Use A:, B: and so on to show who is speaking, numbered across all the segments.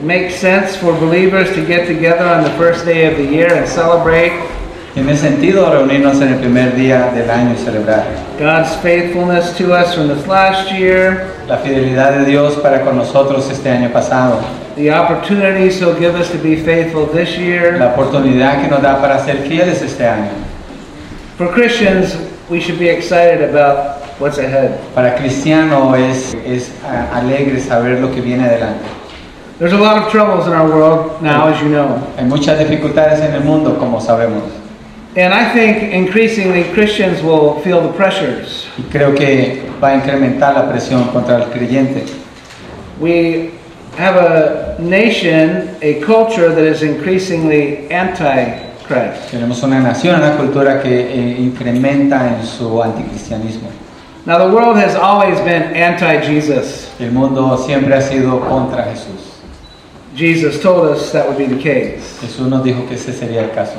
A: makes sense for believers to get together on the first day of the year and celebrate
B: Tiene sentido reunirnos en el primer día del año y celebrar
A: God's faithfulness to us from this last year,
B: la fidelidad de Dios para con nosotros este año pasado,
A: the opportunities He'll give us to be faithful this year.
B: la oportunidad que nos da para ser fieles este año.
A: For Christians, we should be excited about what's ahead.
B: Para cristiano es, es a- alegre saber lo que viene adelante.
A: There's a lot of troubles in our world now, as you know.
B: Hay muchas dificultades en el mundo, como sabemos,
A: And I think increasingly Christians will feel the pressures.
B: y creo que va a incrementar la presión contra el creyente.
A: We have a nation, a culture that is increasingly anti Christ.
B: Tenemos una nación, una cultura que eh, incrementa en su anticristianismo.
A: Now, the world has always been anti Jesus.
B: El mundo siempre ha sido contra Jesús.
A: Jesus told us that would be the case.
B: Jesús nos dijo que ese sería el caso.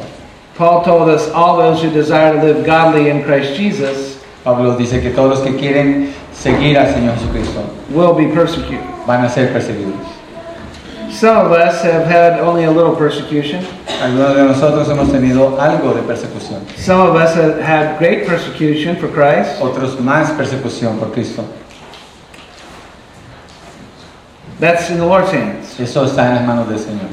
A: Paul told us all those who desire to live godly in Christ Jesus
B: Pablo dice que todos los que quieren seguir al Señor Jesucristo
A: will be persecuted.
B: van a ser perseguidos.
A: Some of us have had only a little persecution.
B: Algunos de nosotros hemos tenido algo de persecución,
A: Some of us have had great persecution for Christ.
B: otros más persecución por Cristo.
A: That's in the Lord's hands.
B: Eso está en las manos del Señor.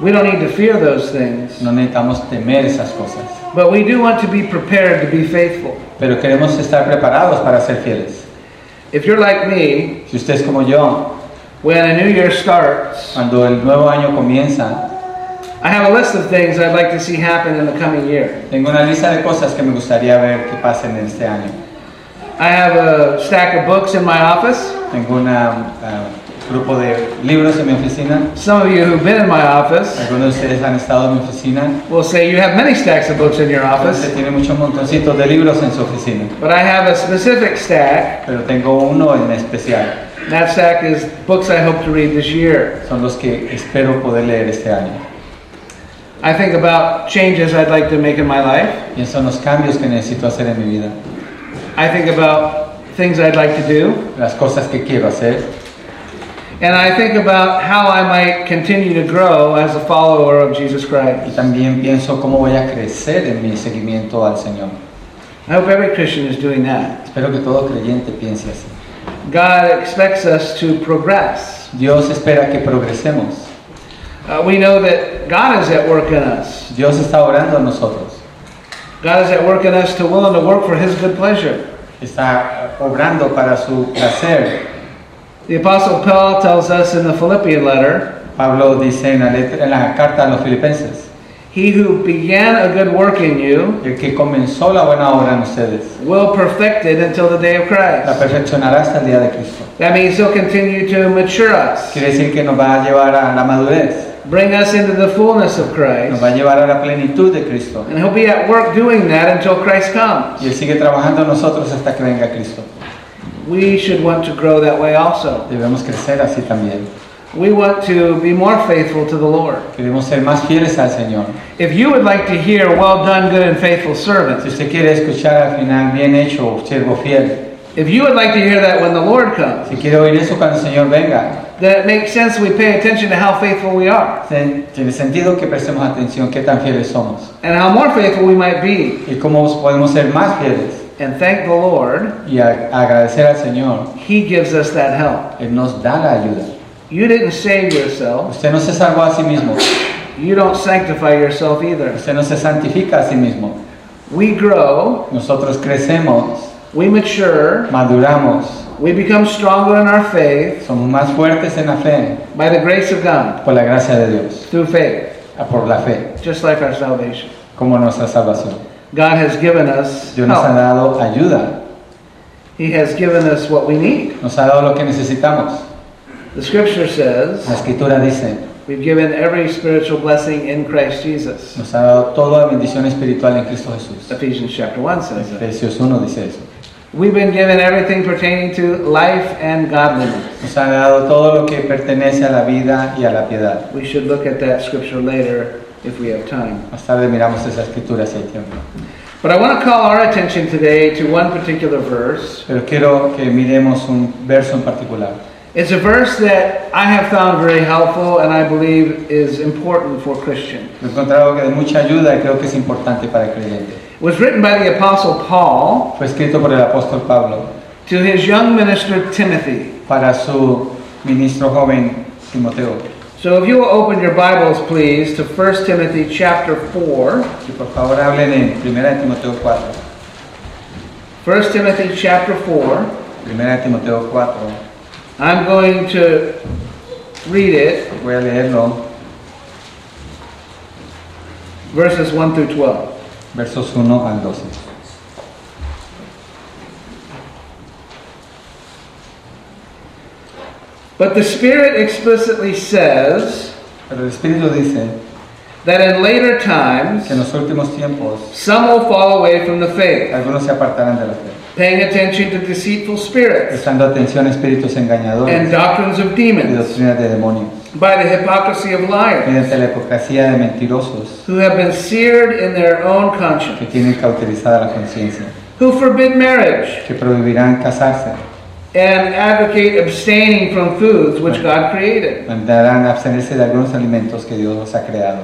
A: We don't need to fear those things,
B: No necesitamos temer esas cosas,
A: but we do want to be prepared to be faithful.
B: pero queremos estar preparados para ser fieles.
A: If you're like me,
B: Si usted es como yo,
A: when a new year starts,
B: cuando el nuevo año comienza,
A: I have a list of things I'd like to see happen in the coming year.
B: tengo una lista de cosas que me gustaría ver que pasen en este año.
A: I have a stack of books in my office.
B: Tengo un grupo de libros en mi oficina.
A: Some of you who've been in my office
B: Algunos de ustedes han estado en mi oficina
A: will say you have many stacks of books in your
B: Usted
A: office,
B: tiene muchos montoncitos de libros en su oficina,
A: but I have a specific stack.
B: pero tengo uno en especial.
A: And that stack is books I hope to read this year.
B: Son los que espero poder leer este año.
A: I think about changes I'd like to make in my life.
B: Pienso en los cambios que necesito hacer en mi vida,
A: I think about things I'd like to do.
B: las cosas que quiero hacer
A: And I think about how I might continue to grow as a follower of Jesus
B: y
A: Christ.
B: también pienso cómo voy a crecer en mi seguimiento al Señor.
A: I hope every Christian is doing that.
B: Espero que todo creyente piense así.
A: God expects us to progress.
B: Dios espera que progresemos.
A: Uh, we know that God is at work in us.
B: Dios está orando a nosotros.
A: God is at work in us to will and to work for His good pleasure.
B: Está obrando para su placer.
A: The Apostle Paul tells us in the Philippian letter,
B: Pablo dice en la, letra- en la carta a los filipenses,
A: He who began a good work in you
B: el que comenzó la buena obra en ustedes,
A: will perfect it until the day of
B: la
A: Christ.
B: perfeccionará hasta el día de Cristo.
A: That means He'll continue to mature us,
B: Quiere decir que nos va a llevar a la madurez,
A: bring us into the fullness of
B: nos va a
A: Christ,
B: llevar a la plenitud de Cristo.
A: and He'll be at work doing that until Christ comes.
B: Y Él sigue trabajando en nosotros hasta que venga Cristo.
A: We should want to grow that way also.
B: Debemos crecer así también.
A: We want to be more faithful to the Lord.
B: Queremos ser más fieles al Señor.
A: If you would like to hear, Well done, good and faithful
B: Si
A: servant,
B: usted quiere escuchar al final, bien hecho, siervo fiel.
A: if you would like to hear that when the Lord comes,
B: Si quiere oír eso cuando el Señor venga,
A: that it makes sense we pay attention to how faithful we are
B: ten- tiene sentido que prestemos atención qué tan fieles somos
A: and how more faithful we might be.
B: y cómo podemos ser más fieles
A: And thank the Lord,
B: y a- agradecer al Señor.
A: He gives us that help.
B: Él nos da la ayuda.
A: You didn't save yourself,
B: Usted no se salvó a sí mismo.
A: you don't sanctify yourself either.
B: Usted no se santifica a sí mismo.
A: We grow,
B: Nosotros crecemos,
A: we mature,
B: maduramos,
A: we become stronger in our faith
B: somos más fuertes en la fe
A: by the grace of God,
B: por la gracia de Dios,
A: through faith,
B: a por la fe,
A: just like our salvation.
B: como nuestra salvación.
A: God has given us
B: Dios nos ha
A: help.
B: dado ayuda,
A: He has given us what we need.
B: nos ha dado lo que necesitamos.
A: The scripture
B: La
A: says,
B: escritura dice,
A: we've given every spiritual blessing in Christ Jesus.
B: nos ha dado toda bendición espiritual en Cristo Jesús.
A: Ephesians chapter 1 says it.
B: Efesios 1 dice eso.
A: We've been given everything pertaining to life and godliness.
B: Nos ha dado todo lo que pertenece a la vida y a la piedad.
A: We should look at that scripture later if we have time.
B: Más tarde miramos esa escritura si hay tiempo.
A: But I want to call our attention today to one particular verse,
B: Pero quiero que miremos un verso en particular.
A: It's a verse that I have found very helpful and I believe is important for Christians.
B: Lo he encontrado que de mucha ayuda y creo que es importante para el creyente.
A: It was written by the Apostle Paul
B: Fue escrito por el apóstol Pablo
A: to his young minister Timothy.
B: para su ministro joven Timoteo.
A: So if you will open your Bibles, please, to 1 Timothy chapter 4.
B: Y por favor hablen en 1 de Timoteo 4.
A: 1 Timothy chapter 4.
B: 1 de Timoteo 4.
A: I'm going to read it,
B: Voy a leerlo,
A: verses 1 through 12.
B: versos 1 al 12.
A: But the Spirit explicitly says
B: Pero el Espíritu dice
A: that in later times
B: que en los últimos tiempos
A: some will fall away from the faith,
B: algunos se apartarán de la fe,
A: paying attention to deceitful spirits
B: prestando atención a espíritus
A: and
B: engañadores
A: doctrines of
B: y
A: demons
B: doctrinas de demonios,
A: by the hypocrisy of liars
B: mediante la hipocresía de mentirosos
A: who have been seared in their own conscience,
B: que tienen cauterizada la conciencia,
A: who forbid marriage
B: que prohibirán casarse,
A: and advocate abstaining from foods which God created,
B: mandarán a abstenerse de algunos alimentos que Dios los ha creado,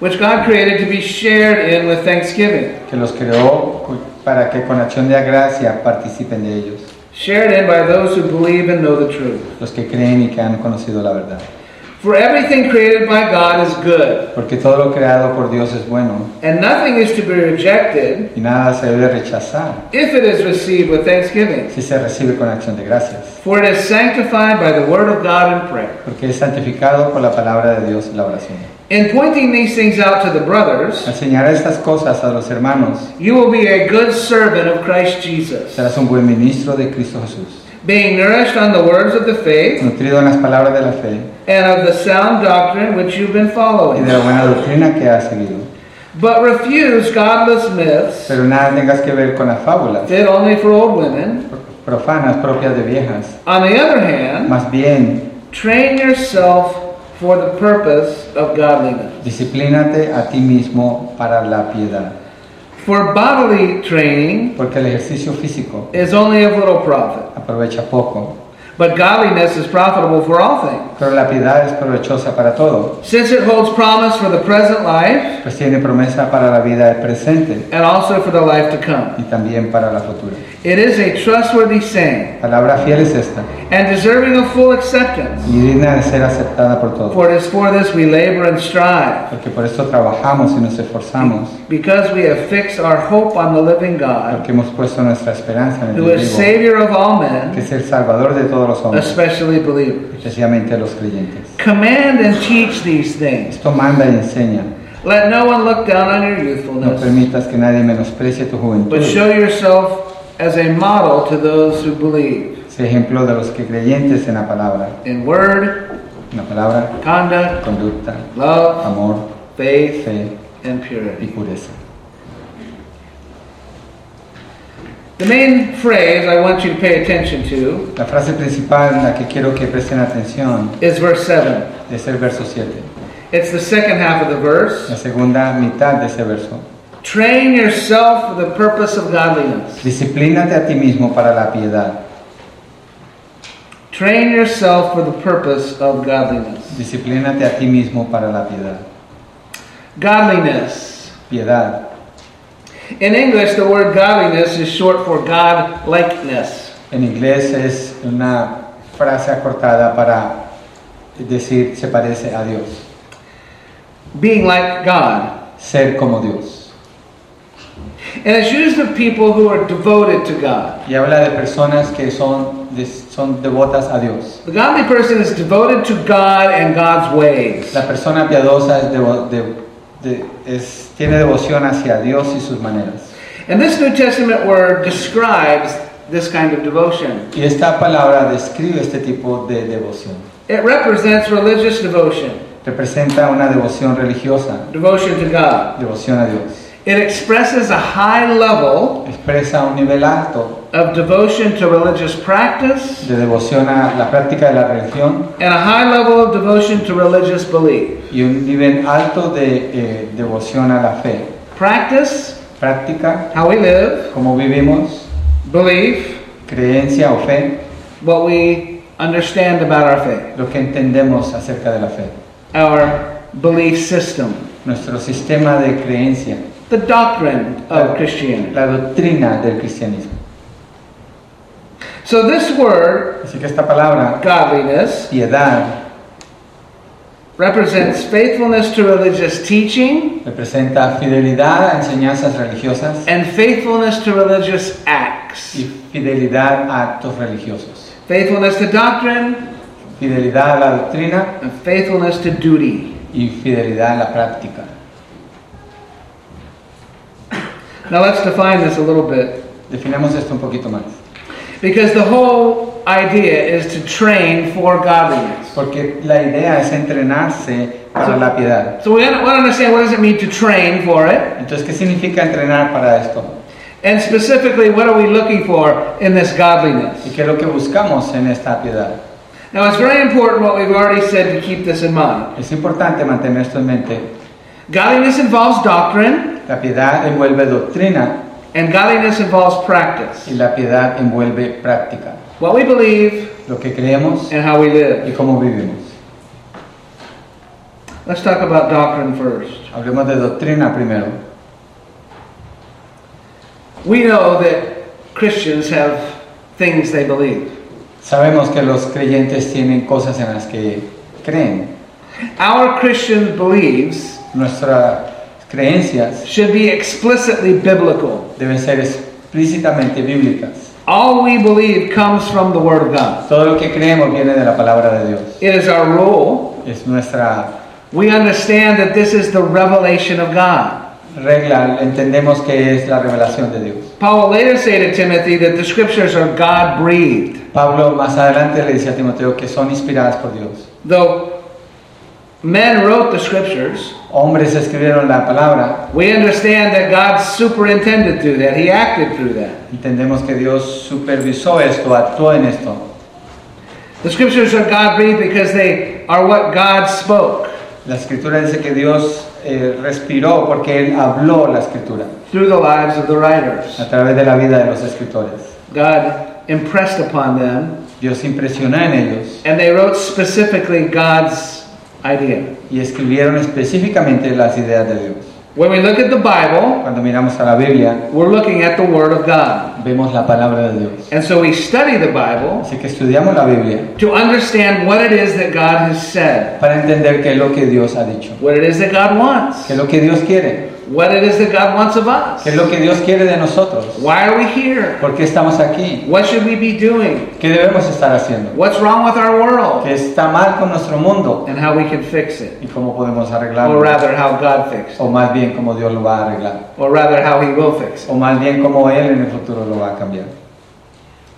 A: which God created to be shared in with thanksgiving.
B: que los creó cu- para que con acción de gracia participen de ellos,
A: shared in by those who believe and know the truth.
B: los que creen y que han conocido la verdad.
A: For everything created by God is good,
B: Porque todo lo creado por Dios es bueno
A: and nothing is to be rejected
B: y nada se debe rechazar
A: if it is received with thanksgiving,
B: si se recibe con acción de gracias.
A: for it is sanctified by the word of God and prayer.
B: porque es santificado por la palabra de Dios y la oración.
A: In pointing these things out to the brothers,
B: Al señalar estas cosas a los hermanos,
A: you will be a good servant of Christ Jesus,
B: serás un buen ministro de Cristo Jesús,
A: being nourished on the words of the faith
B: nutrido en las palabras de la fe
A: and of the sound doctrine which you've been
B: y
A: following.
B: de la buena doctrina que has seguido.
A: But refuse godless myths,
B: Pero nada tengas que ver con las fábulas
A: fit only for old women.
B: profanas propias de viejas.
A: On the other hand,
B: Más bien,
A: Train yourself for the purpose of godliness.
B: disciplínate a ti mismo para la piedad,
A: For bodily training
B: porque el ejercicio físico
A: is only of little profit,
B: aprovecha poco,
A: but godliness is profitable for all things,
B: pero la piedad es provechosa para todo,
A: since it holds promise for the present life
B: pues tiene promesa para la vida del presente
A: and also for the life to come.
B: y también para la futura.
A: It is a trustworthy saying
B: Palabra fiel es esta.
A: and deserving of full acceptance,
B: y digna de ser aceptada por todos.
A: for it is for this we labor and strive,
B: Porque por esto trabajamos y nos esforzamos,
A: because we have fixed our hope on the living God,
B: porque hemos puesto nuestra esperanza en el
A: who is
B: vivo,
A: Savior of all
B: que
A: men,
B: es el Salvador de todos los hombres,
A: especially believers.
B: especialmente los creyentes.
A: Command and teach these things.
B: Esto manda y enseña.
A: Let no one look down on your
B: No
A: youthfulness,
B: permitas que nadie menosprecie tu juventud.
A: but show yourself as a model to those who believe
B: Es ejemplo de los que creyentes en la palabra,
A: in word,
B: en la palabra,
A: conduct,
B: conducta,
A: love,
B: amor,
A: faith,
B: fe
A: and
B: y
A: purity.
B: pureza.
A: The main phrase I want you to pay attention to
B: La frase principal en la que quiero que presten atención
A: is verse 7.
B: es el verso 7,
A: It's the second half of the
B: la
A: verse.
B: segunda mitad de ese verso.
A: Train yourself for the purpose of godliness.
B: Disciplínate a ti mismo para la piedad.
A: Train yourself for the purpose of godliness.
B: Disciplínate a ti mismo para la piedad.
A: Godliness.
B: Piedad.
A: In English, the word godliness is short for God likeness.
B: En inglés es una frase acortada para decir se parece a Dios.
A: Being like God.
B: Ser como Dios.
A: And it's used of people who are devoted to God.
B: Y habla de personas que son, de- son devotas a Dios.
A: The godly person is devoted to God and God's ways.
B: La persona piadosa es devo- de- de- es- tiene devoción hacia Dios y sus maneras.
A: And this New Testament word describes this kind of devotion.
B: Y esta palabra describe este tipo de devoción.
A: It represents religious devotion,
B: Representa una devoción religiosa,
A: devotion to God.
B: devoción a Dios.
A: It expresses a high level
B: Expresa un nivel alto
A: of devotion to religious practice
B: de devoción a la práctica de la religión
A: and a high level of devotion to religious belief.
B: y un nivel alto de eh, devoción a la fe.
A: Practice,
B: Práctica,
A: how we live,
B: cómo vivimos,
A: belief,
B: creencia o fe,
A: what we understand about our faith,
B: lo que entendemos acerca de la fe,
A: our belief system,
B: nuestro sistema de creencia,
A: the doctrine of Christianity.
B: la doctrina del cristianismo.
A: So, this word,
B: Así que esta palabra,
A: godliness,
B: piedad,
A: represents faithfulness to religious teaching
B: representa fidelidad a enseñanzas religiosas
A: and faithfulness to religious
B: y
A: acts,
B: fidelidad a actos religiosos,
A: faithfulness to doctrine,
B: fidelidad a la doctrina
A: and faithfulness to duty.
B: y fidelidad a la práctica.
A: Now, let's define this a little bit
B: Definamos esto un poquito más,
A: because the whole idea is to train for godliness.
B: porque la idea es entrenarse para la piedad.
A: So, we want to understand what does it mean to train for it?
B: Entonces, ¿qué significa entrenar para esto?
A: And specifically, what are we looking for in this
B: ¿Y
A: godliness?
B: qué es lo que buscamos en esta piedad?
A: Now, it's very important what we've already said to keep this in mind.
B: Es importante mantener esto en mente.
A: Godliness involves doctrine,
B: La piedad envuelve doctrina
A: and godliness involves practice.
B: y la piedad envuelve práctica.
A: What we believe
B: Lo que creemos
A: and how we live.
B: y cómo vivimos.
A: Let's talk about doctrine first.
B: Hablemos de doctrina primero.
A: We know that Christians have things they believe.
B: Sabemos que los creyentes tienen cosas en las que creen.
A: Our Christian beliefs
B: Nuestras creencias
A: should be explicitly biblical.
B: deben ser explícitamente bíblicas.
A: All we believe comes from the Word of God.
B: Todo lo que creemos viene de la palabra de Dios.
A: It is our rule.
B: Es nuestra
A: We understand that this is the revelation of God.
B: regla. Entendemos que es la revelación de Dios.
A: Paul will later say to Timothy that the scriptures are God breathed,
B: Pablo más adelante le dice a Timoteo que son inspiradas por Dios.
A: though men wrote the scriptures.
B: Hombres escribieron la palabra,
A: We understand that God superintended through that. He acted through that.
B: entendemos que Dios supervisó esto, actuó en esto.
A: The scriptures are God breathed because they are what God spoke
B: La escritura dice que Dios eh, respiró porque Él habló la escritura
A: through the lives of the writers.
B: a través de la vida de los escritores.
A: God impressed upon them,
B: Dios impresionó en ellos
A: and they wrote specifically God's idea.
B: y escribieron específicamente las ideas de Dios.
A: When we look at the Bible,
B: Cuando miramos a la Biblia,
A: we're looking at the Word of God.
B: vemos la palabra de Dios.
A: And so we study the Bible
B: Así que estudiamos la Biblia
A: to understand what it is that God has said,
B: para entender qué es lo que Dios ha dicho,
A: what it is that God wants,
B: qué es lo que Dios quiere,
A: what it is that God wants of us.
B: qué es lo que Dios quiere de nosotros.
A: Why are we here?
B: ¿Por qué estamos aquí?
A: What should we be doing?
B: ¿Qué debemos estar haciendo?
A: What's wrong with our world?
B: ¿Qué está mal con nuestro mundo?
A: And how we can fix it.
B: ¿Y cómo podemos
A: Or
B: arreglarlo?
A: rather, how God fixed it.
B: O más bien cómo Dios lo va a arreglar.
A: Or rather, how He will fix it.
B: O más bien cómo Él en el futuro lo va a cambiar.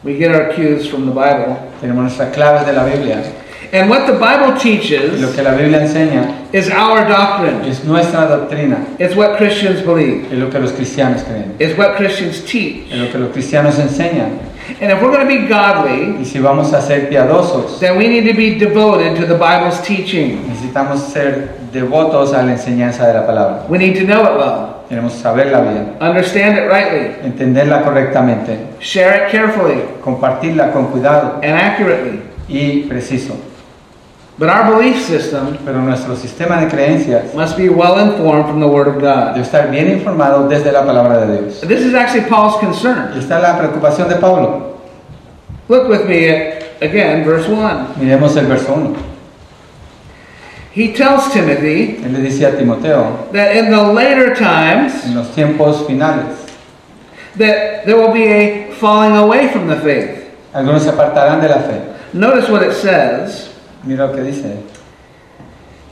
A: We get our cues from the Bible.
B: Tenemos nuestras claves de la Biblia.
A: And what the Bible
B: Y Lo
A: teaches
B: que la Biblia enseña
A: is our doctrine.
B: es nuestra doctrina.
A: It's what Christians believe.
B: Es lo que los cristianos creen.
A: It's what Christians teach.
B: Es lo que los cristianos enseñan.
A: And if we're going to be godly,
B: Y si vamos a ser piadosos,
A: then we need to be devoted to the Bible's teaching.
B: necesitamos ser devotos a la enseñanza de la palabra.
A: We need to know it well,
B: Tenemos que saberla bien,
A: understand it rightly,
B: entenderla correctamente,
A: share it carefully
B: compartirla con cuidado
A: and accurately.
B: y preciso.
A: But our belief system
B: Pero nuestro sistema de creencias
A: must be well informed from the Word of God.
B: debe estar bien informado desde la palabra de Dios.
A: This is actually Paul's concern.
B: Y está la preocupación de Pablo.
A: Look with me at, again, verse 1.
B: Miremos el verso 1.
A: He tells Timothy
B: Él le dice a Timoteo,
A: that in the later times,
B: en los tiempos finales,
A: that there will be a falling away from the faith.
B: algunos se apartarán de la fe.
A: Notice what it says.
B: Mira lo que dice.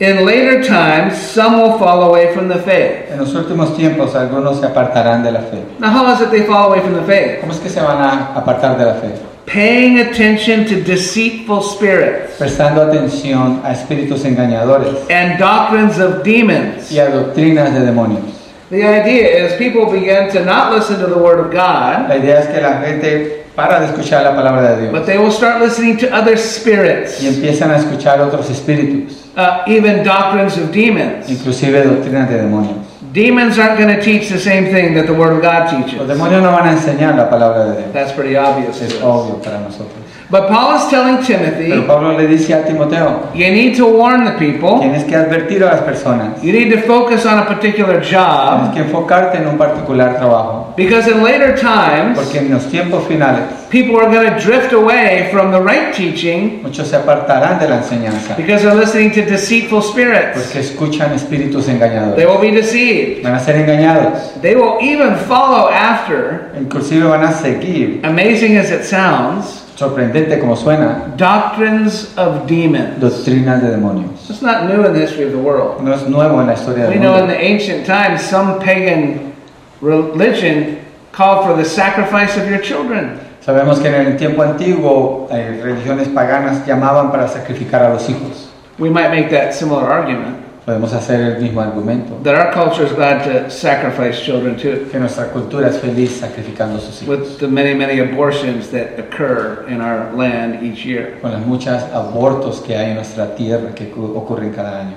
A: In later times, some will fall away from the faith.
B: En los últimos tiempos algunos se apartarán de la fe.
A: Now, how is it they fall away from the faith?
B: ¿Cómo es que se van a apartar de la fe?
A: Paying attention to deceitful spirits
B: Prestando atención a espíritus engañadores
A: and doctrines of demons.
B: y a doctrinas de demonios.
A: The idea is people begin to not listen to the Word of God,
B: La idea es que la gente para de escuchar la palabra de Dios
A: but they will start listening to other
B: y
A: spirits,
B: empiezan a escuchar otros espíritus,
A: uh, even doctrines of demons.
B: inclusive doctrinas de demonios.
A: Demons aren't going to teach the same thing that the Word of God
B: Los
A: teaches.
B: demonios no van a enseñar la palabra de Dios.
A: That's pretty obvious. to
B: Es
A: us.
B: obvio para nosotros.
A: But Paul is telling Timothy,
B: Pero Pablo le dice a Timoteo,
A: you need to warn the people.
B: tienes que advertir a las personas,
A: You need to focus on a particular
B: tienes
A: job.
B: que enfocarte en un particular trabajo,
A: Because in later times,
B: porque en los tiempos finales
A: people are going to drift away from the right teaching
B: muchos se apartarán de la enseñanza,
A: because they're listening to deceitful spirits.
B: porque escuchan espíritus
A: They
B: engañadores,
A: will be deceived.
B: van a ser engañados,
A: They will even follow after,
B: inclusive van a seguir,
A: amazing as it sounds,
B: sorprendente como suena,
A: doctrines of demons.
B: doctrinas de demonios.
A: It's not new in the history of the world.
B: No es nuevo en la historia
A: We
B: del
A: know in
B: mundo.
A: the ancient times some pagan religion called for the sacrifice of your children.
B: Sabemos que en el tiempo antiguo eh, religiones paganas llamaban para sacrificar a los hijos.
A: We might make that similar argument
B: Podemos hacer el mismo argumento,
A: that our culture is glad to sacrifice children too,
B: que nuestra cultura es feliz sacrificando a sus hijos,
A: with the many, many abortions that occur in our land each year.
B: con los muchos abortos que hay en nuestra tierra que cu- ocurren cada año.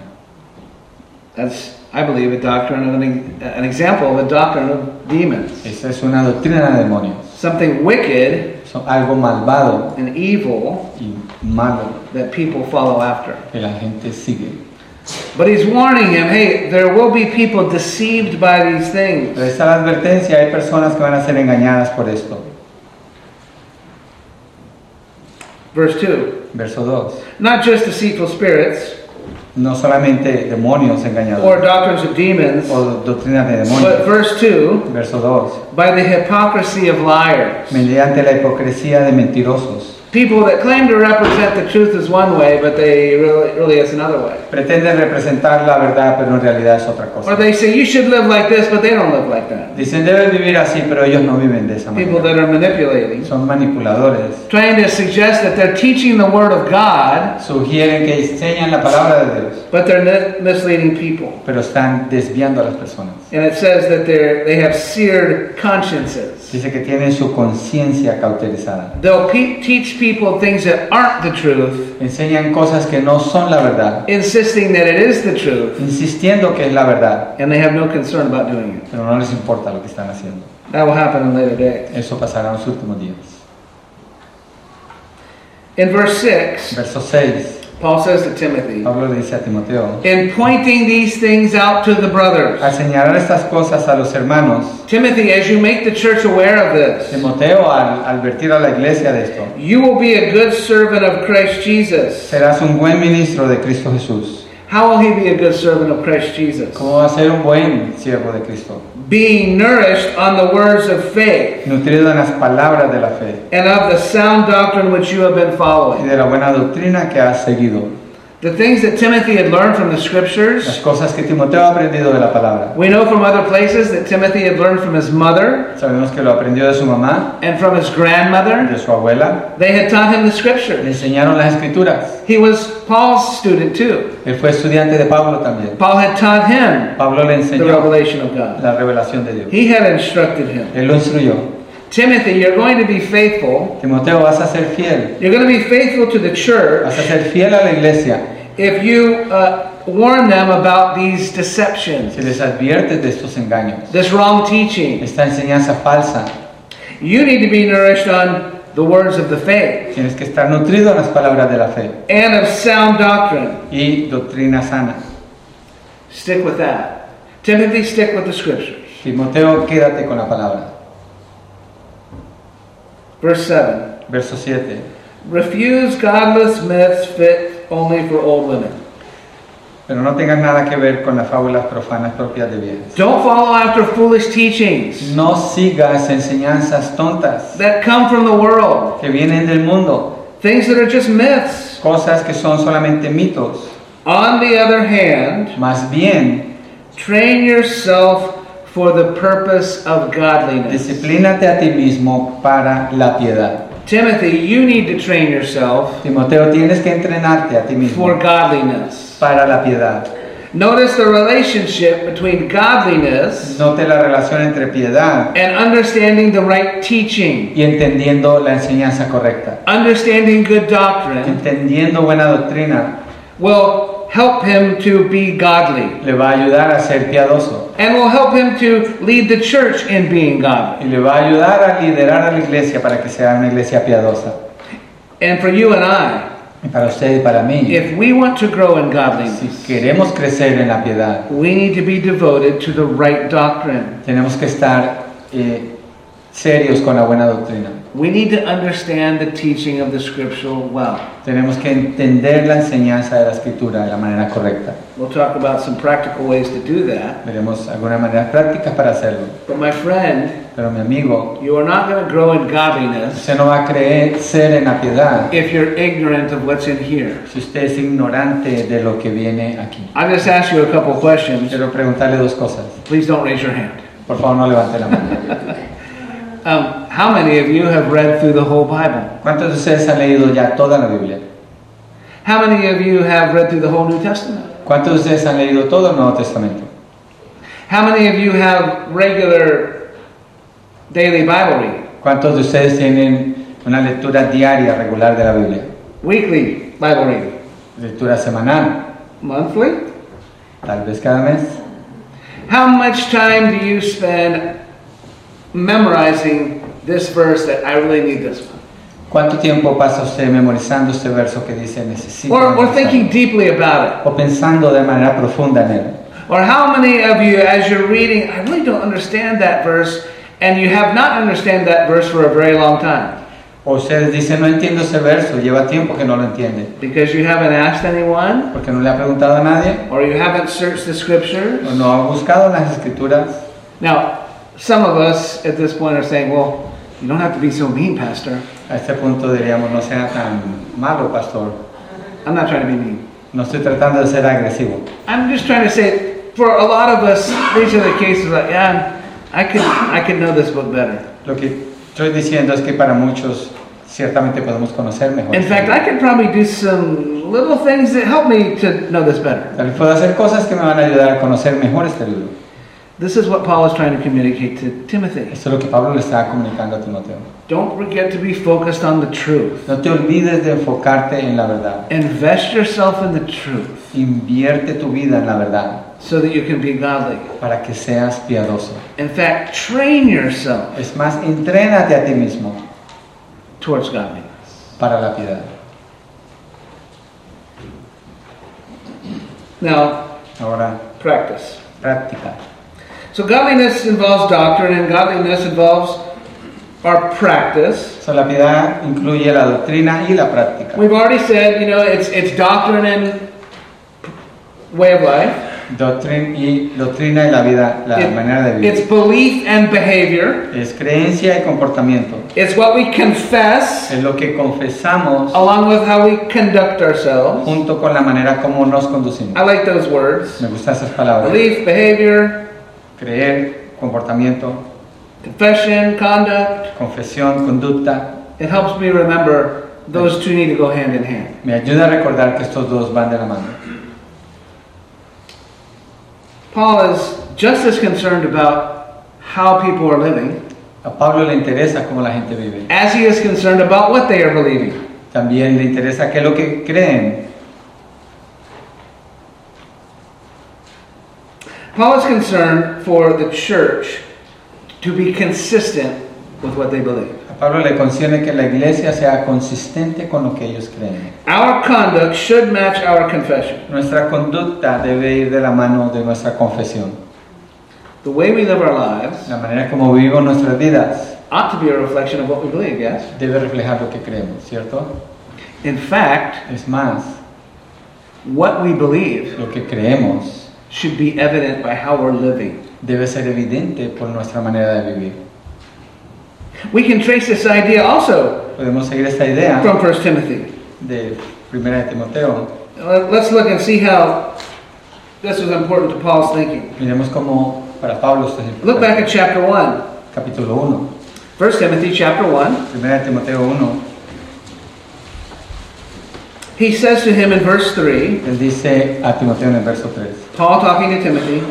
A: That's, I believe, a doctrine of an, an example of a doctrine of demons.
B: Esa es una doctrina de demonios,
A: Something wicked
B: son algo malvado
A: and evil
B: y malo
A: that people follow after.
B: que la gente sigue.
A: But he's warning him hey, there will be people deceived by these things.
B: Pero está la advertencia, hay personas que van a ser engañadas por esto.
A: Verse 2.
B: Verso 2.
A: Not just deceitful spirits
B: No solamente demonios engañadores
A: or doctrines of demons,
B: o doctrinas de demonios.
A: but verse 2
B: Verso 2.
A: by the hypocrisy of liars.
B: Mediante la hipocresía de mentirosos.
A: People that claim to represent the truth is one way, but they really, really is another way.
B: Pretenden representar la verdad, pero en realidad es otra
A: Or
B: cosa.
A: they say you should live like this, but they don't live like that.
B: Dicen deben vivir así, pero ellos no viven de esa
A: People
B: manera.
A: that are manipulating.
B: Son manipuladores.
A: trying to suggest that they're teaching the Word of God,
B: Sugieren que enseñan la palabra de Dios,
A: but they're mi- misleading people.
B: pero están desviando a las personas.
A: And it says that they're, they have seared consciences.
B: Dice que tienen su conciencia cauterizada.
A: They'll pe- teach people things that aren't the truth,
B: Enseñan cosas que no son la verdad,
A: insisting that it is the truth,
B: insistiendo que es la verdad,
A: and they have no concern about doing it.
B: pero no les importa lo que están haciendo.
A: That will happen in later days.
B: Eso pasará en los últimos días.
A: In verse 6,
B: Verso 6.
A: Paul says to Timothy,
B: Pablo le dice a Timoteo,
A: In pointing these things out to the brothers,
B: Al señalar estas cosas a los hermanos,
A: Timothy, as you make the church aware of this,
B: Timoteo, al advertir a la iglesia de esto,
A: you will be a good servant of Christ Jesus.
B: serás un buen ministro de Cristo Jesús.
A: How will he be a good servant of Christ Jesus?
B: ¿Cómo va a ser un buen siervo de Cristo?
A: Being nourished on the words of faith
B: Nutrido en las palabras de la fe
A: and of the sound doctrine which you have been
B: y
A: following.
B: de la buena doctrina que has seguido.
A: The things that Timothy had learned from the
B: Las
A: scriptures,
B: cosas que Timoteo ha aprendido de la palabra.
A: we know from other places that Timothy had learned from his mother
B: Sabemos que lo aprendió de su mamá,
A: and from his grandmother.
B: de su abuela.
A: They had taught him the
B: Le
A: scriptures.
B: enseñaron las escrituras.
A: He was Paul's student too.
B: Él fue estudiante de Pablo también.
A: Paul had taught him
B: Pablo le
A: the
B: enseñó
A: revelation of God.
B: la revelación de Dios.
A: He had instructed him.
B: Él lo instruyó.
A: Timothy, you're going to be faithful.
B: Timoteo, vas a ser fiel.
A: You're going to be faithful to the church.
B: Vas a ser fiel a la iglesia.
A: If you uh, warn them about these deceptions,
B: Se les advierte de estos engaños,
A: this wrong teaching,
B: esta enseñanza falsa.
A: you need to be nourished on the words of the faith
B: Tienes que estar nutrido en las palabras de la fe
A: and of sound doctrine.
B: y doctrina sana.
A: Stick with that. Timothy, stick with the scriptures.
B: Timoteo, quédate con la palabra.
A: Verse 7
B: Verso 7.
A: Refuse godless myths fit only for old women.
B: Pero no tengas nada que ver con las fábulas profanas propias de viejas.
A: Don't follow after foolish teachings
B: No sigas enseñanzas tontas
A: that come from the world,
B: que vienen del mundo,
A: things that are just myths.
B: cosas que son solamente mitos.
A: On the other hand,
B: Más bien,
A: Train yourself for the purpose of godliness.
B: disciplínate a ti mismo para la piedad.
A: Timothy, you need to train yourself
B: Timoteo, tienes que entrenarte a ti
A: for
B: mismo
A: godliness.
B: para la piedad.
A: Notice the relationship between godliness
B: Note la relación entre piedad
A: and understanding the right teaching,
B: y entendiendo la enseñanza correcta.
A: understanding good doctrine
B: Entendiendo buena doctrina
A: will help him to be godly
B: le va a ayudar a ser piadoso
A: and will help him to lead the church in being godly.
B: y le va a ayudar a liderar a la iglesia para que sea una iglesia piadosa.
A: And for you and I,
B: Y para usted y para mí,
A: if we want to grow in godliness,
B: si queremos crecer en la piedad,
A: we need to be devoted to the right doctrine.
B: tenemos que estar eh, serios con la buena doctrina.
A: We need to understand the teaching of the scripture well.
B: Tenemos que entender la enseñanza de la escritura de la manera correcta.
A: We'll talk about some practical ways to do that.
B: Veremos algunas maneras prácticas para hacerlo.
A: But my friend,
B: Pero mi amigo,
A: you are not going to grow in godliness
B: usted no va a creer ser en la piedad
A: if you're ignorant of what's in here.
B: si usted es ignorante de lo que viene aquí.
A: I'm just ask you a couple questions.
B: Quiero preguntarle dos cosas.
A: Please don't raise your hand.
B: Por favor, no levante la mano.
A: Um, how many of you have read through the whole Bible?
B: ¿Cuántos de ustedes han leído ya toda la Biblia?
A: How many of you have read through the whole New Testament?
B: ¿Cuántos de ustedes han leído todo el Nuevo Testamento?
A: How many of you have regular daily Bible reading?
B: ¿Cuántos de ustedes tienen una lectura diaria regular de la Biblia?
A: Weekly Bible reading?
B: ¿Lectura semanal?
A: Monthly?
B: Tal vez cada mes.
A: How much time do you spend memorizing this verse that I really need this one?
B: ¿Cuánto tiempo pasa usted memorizando este verso que dice necesito?
A: Or, or
B: memorizar"?
A: thinking deeply about
B: O pensando de manera profunda en él.
A: it? Or how many of you, as you're reading, I really don't understand that verse, and you have not understand that verse for a very long time?
B: O ustedes dicen no entiendo ese verso, lleva tiempo que no lo entiende.
A: Because you haven't asked anyone,
B: Porque no le ha preguntado a nadie,
A: or you haven't searched the scriptures.
B: o no ha buscado en las escrituras.
A: Now, some of us at this point are saying, well, you don't have to be so mean, Pastor.
B: A este punto diríamos no sea tan malo, pastor.
A: I'm not trying to be mean.
B: No estoy tratando de ser agresivo.
A: I'm just trying to say, for a lot of us, these are the cases like, yeah, I could, I could know this book better.
B: Lo que estoy diciendo es que para muchos ciertamente podemos conocer mejor. este
A: In fact, I could probably do some little things that help me to know this better.
B: Tal vez puedo hacer cosas que me van a ayudar a conocer mejor este libro.
A: This is what Paul is trying to communicate to Timothy.
B: Esto es lo que Pablo le estaba comunicando a Timoteo.
A: Don't forget to be focused on the truth.
B: No te olvides de enfocarte en la verdad.
A: Invest yourself in the truth
B: Invierte tu vida en la verdad
A: so that you can be godly.
B: para que seas piadoso.
A: In fact, train yourself
B: Es más, entrénate a ti mismo
A: towards godliness.
B: para la piedad.
A: Now,
B: Ahora,
A: practice.
B: práctica.
A: So, godliness involves doctrine, and godliness involves our practice.
B: So, la piedad incluye la doctrina y la práctica.
A: We've already said, you know, it's, it's doctrine and way of life,
B: Doctrina y, doctrina y la vida, la
A: It-
B: manera de vivir.
A: it's belief and behavior,
B: Es creencia y comportamiento.
A: it's what we confess
B: Es lo que confesamos
A: along with how we conduct ourselves.
B: junto con la manera como nos conducimos.
A: I like those words
B: Me gustan esas palabras.
A: belief, behavior,
B: Creer, comportamiento,
A: confession, conduct.
B: confesión, conducta.
A: It helps me remember those two need to go hand in hand.
B: Me ayuda a recordar que estos dos van de la mano.
A: Paul is just as concerned about how people are living
B: A Pablo le interesa cómo la gente vive.
A: as he is concerned about what they are believing.
B: También le interesa qué es lo que creen.
A: Paul is concerned for the church to be consistent with what they believe.
B: A Pablo le concierne que la iglesia sea consistente con lo que ellos creen.
A: Our conduct should match our confession.
B: Nuestra conducta debe ir de la mano de nuestra confesión.
A: The way we live our lives
B: La manera como vivimos nuestras vidas
A: ought to be a reflection of what we believe, yes?
B: debe reflejar lo que creemos, ¿cierto?
A: In fact,
B: Es más,
A: what we believe
B: lo que creemos
A: should be evident by how we're living.
B: debe ser evidente por nuestra manera de vivir.
A: We can trace this idea also
B: Podemos seguir esta idea
A: from 1 Timothy.
B: de Primera de Timoteo.
A: Let- Let's look and see how this was important to Paul's thinking.
B: Miremos cómo para Pablo esto es
A: Look back
B: importante.
A: at chapter 1.
B: Capítulo 1.
A: 1 Timothy chapter 1.
B: Primera de Timoteo 1.
A: He says to him in verse 3,
B: Él dice a Timoteo en el verso 3.
A: Paul talking to Timothy,